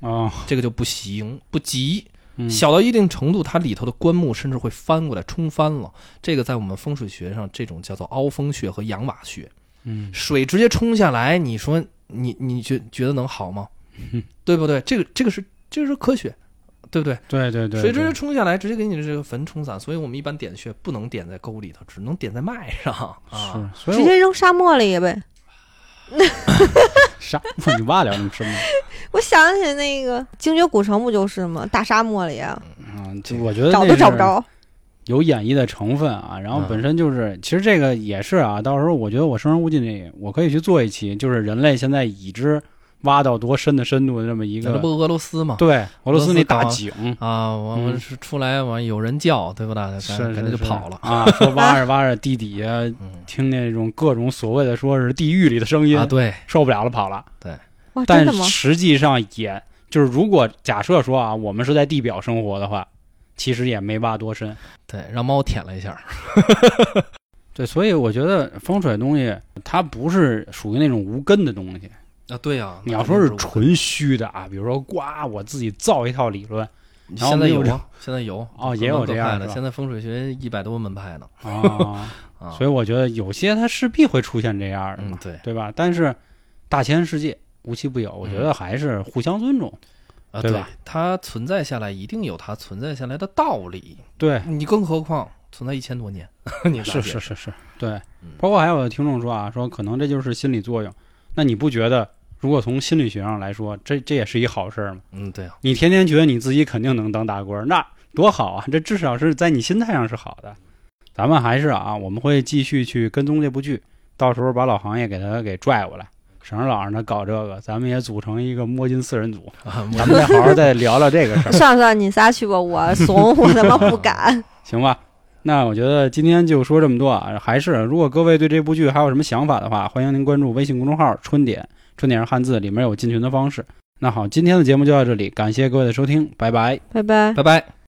[SPEAKER 1] 哦，
[SPEAKER 3] 这个就不行不吉。
[SPEAKER 1] 嗯
[SPEAKER 3] 小到一定程度，它里头的棺木甚至会翻过来冲翻了。这个在我们风水学上，这种叫做凹风穴和养瓦穴，
[SPEAKER 1] 嗯
[SPEAKER 3] 水直接冲下来，你说你你觉觉得能好吗？
[SPEAKER 1] 嗯
[SPEAKER 3] 对不对？这个这个是这个是科学，对不对？
[SPEAKER 1] 对对对，
[SPEAKER 3] 水直
[SPEAKER 1] 对
[SPEAKER 3] 接冲下来，直接给你的这个坟冲散。所以我们一般点穴不能点在沟里头，只能点在脉上啊。
[SPEAKER 1] 是，所
[SPEAKER 2] 直
[SPEAKER 1] 以我
[SPEAKER 2] 接扔沙漠里呗。
[SPEAKER 3] 啊
[SPEAKER 1] 啥？你挖了那么深吗？
[SPEAKER 2] 我想起那个精绝古城不就是吗？大沙漠里啊
[SPEAKER 1] 啊，就我觉得
[SPEAKER 2] 找
[SPEAKER 1] 那
[SPEAKER 2] 都找不
[SPEAKER 1] 是
[SPEAKER 2] 着。
[SPEAKER 1] 有演绎的成分啊。然后
[SPEAKER 3] 嗯
[SPEAKER 1] 本身就是，其实这个也是啊。到时候我觉得我《生人勿近》里，我可以去做一期，就是人类现在已知挖到多深的深度的这么一
[SPEAKER 3] 这
[SPEAKER 1] 个
[SPEAKER 3] 不。俄罗斯吗？
[SPEAKER 1] 对，俄罗斯那
[SPEAKER 3] 俄
[SPEAKER 1] 大
[SPEAKER 3] 罗
[SPEAKER 1] 井
[SPEAKER 3] 啊，我
[SPEAKER 1] 嗯
[SPEAKER 3] 们是出来完有人叫，对不对？
[SPEAKER 1] 是
[SPEAKER 3] 咱肯定
[SPEAKER 1] 是
[SPEAKER 3] 就是跑了。
[SPEAKER 1] 啊，说挖着挖着地底下
[SPEAKER 3] 嗯
[SPEAKER 1] 听见这种各种所谓的说是地狱里的声音
[SPEAKER 3] 啊，，对，
[SPEAKER 1] 受不了了跑了。
[SPEAKER 2] 哇，真
[SPEAKER 1] 但
[SPEAKER 2] 的吗？
[SPEAKER 1] 实际上也就是，如果假设说啊，我们是在地表生活的话，其实也没挖多深。
[SPEAKER 3] 对，让猫舔了一下。
[SPEAKER 1] 对，所以我觉得风水东西它不是属于那种无根的东西。
[SPEAKER 3] 啊，对呀、
[SPEAKER 1] 你要说是纯虚的啊，比如说呱，我自己造一套理论 然后
[SPEAKER 3] 现在有
[SPEAKER 1] 没有
[SPEAKER 3] 啊，现在有
[SPEAKER 1] 哦也有这样
[SPEAKER 3] 各门各派
[SPEAKER 1] 是
[SPEAKER 3] 的，
[SPEAKER 1] 吧
[SPEAKER 3] 现在风水学一百多个门派呢
[SPEAKER 1] 啊，
[SPEAKER 3] 啊，
[SPEAKER 1] 所以我觉得有些它势必会出现这样的
[SPEAKER 3] 嗯，
[SPEAKER 1] 嘛，
[SPEAKER 3] 对
[SPEAKER 1] 对吧？但是大千世界无奇不有，我觉得还是互相尊重。
[SPEAKER 3] 啊，
[SPEAKER 1] 对
[SPEAKER 3] 对
[SPEAKER 1] 吧，
[SPEAKER 3] 它存在下来一定有它存在下来的道理，
[SPEAKER 1] 对，
[SPEAKER 3] 你更何况存在一千多年， 你
[SPEAKER 1] 是
[SPEAKER 3] 了解
[SPEAKER 1] 是是是，对
[SPEAKER 3] 嗯。
[SPEAKER 1] 包括还有的听众说啊，说可能这就是心理作用。那你不觉得，如果从心理学上来说，这这也是一好事儿吗？
[SPEAKER 3] 嗯，对啊，
[SPEAKER 1] 你天天觉得你自己肯定能当大官儿，那多好啊！这至少是在你心态上是好的。咱们还是啊，我们会继续去跟踪这部剧，到时候把老行业给他给拽过来，省着老让他搞这个，咱们也组成一个摸金四人组，
[SPEAKER 3] 啊
[SPEAKER 1] 咱们再好好再聊聊这个事儿，
[SPEAKER 2] 算了算了，你仨去吧，我怂，我他妈不敢。
[SPEAKER 1] 行吧？那我觉得今天就说这么多啊。还是，如果各位对这部剧还有什么想法的话，欢迎您关注微信公众号“春点”，春点是汉字，里面有进群的方式。那好，今天的节目就到这里，感谢各位的收听，拜拜。
[SPEAKER 2] 拜拜。
[SPEAKER 3] 拜拜。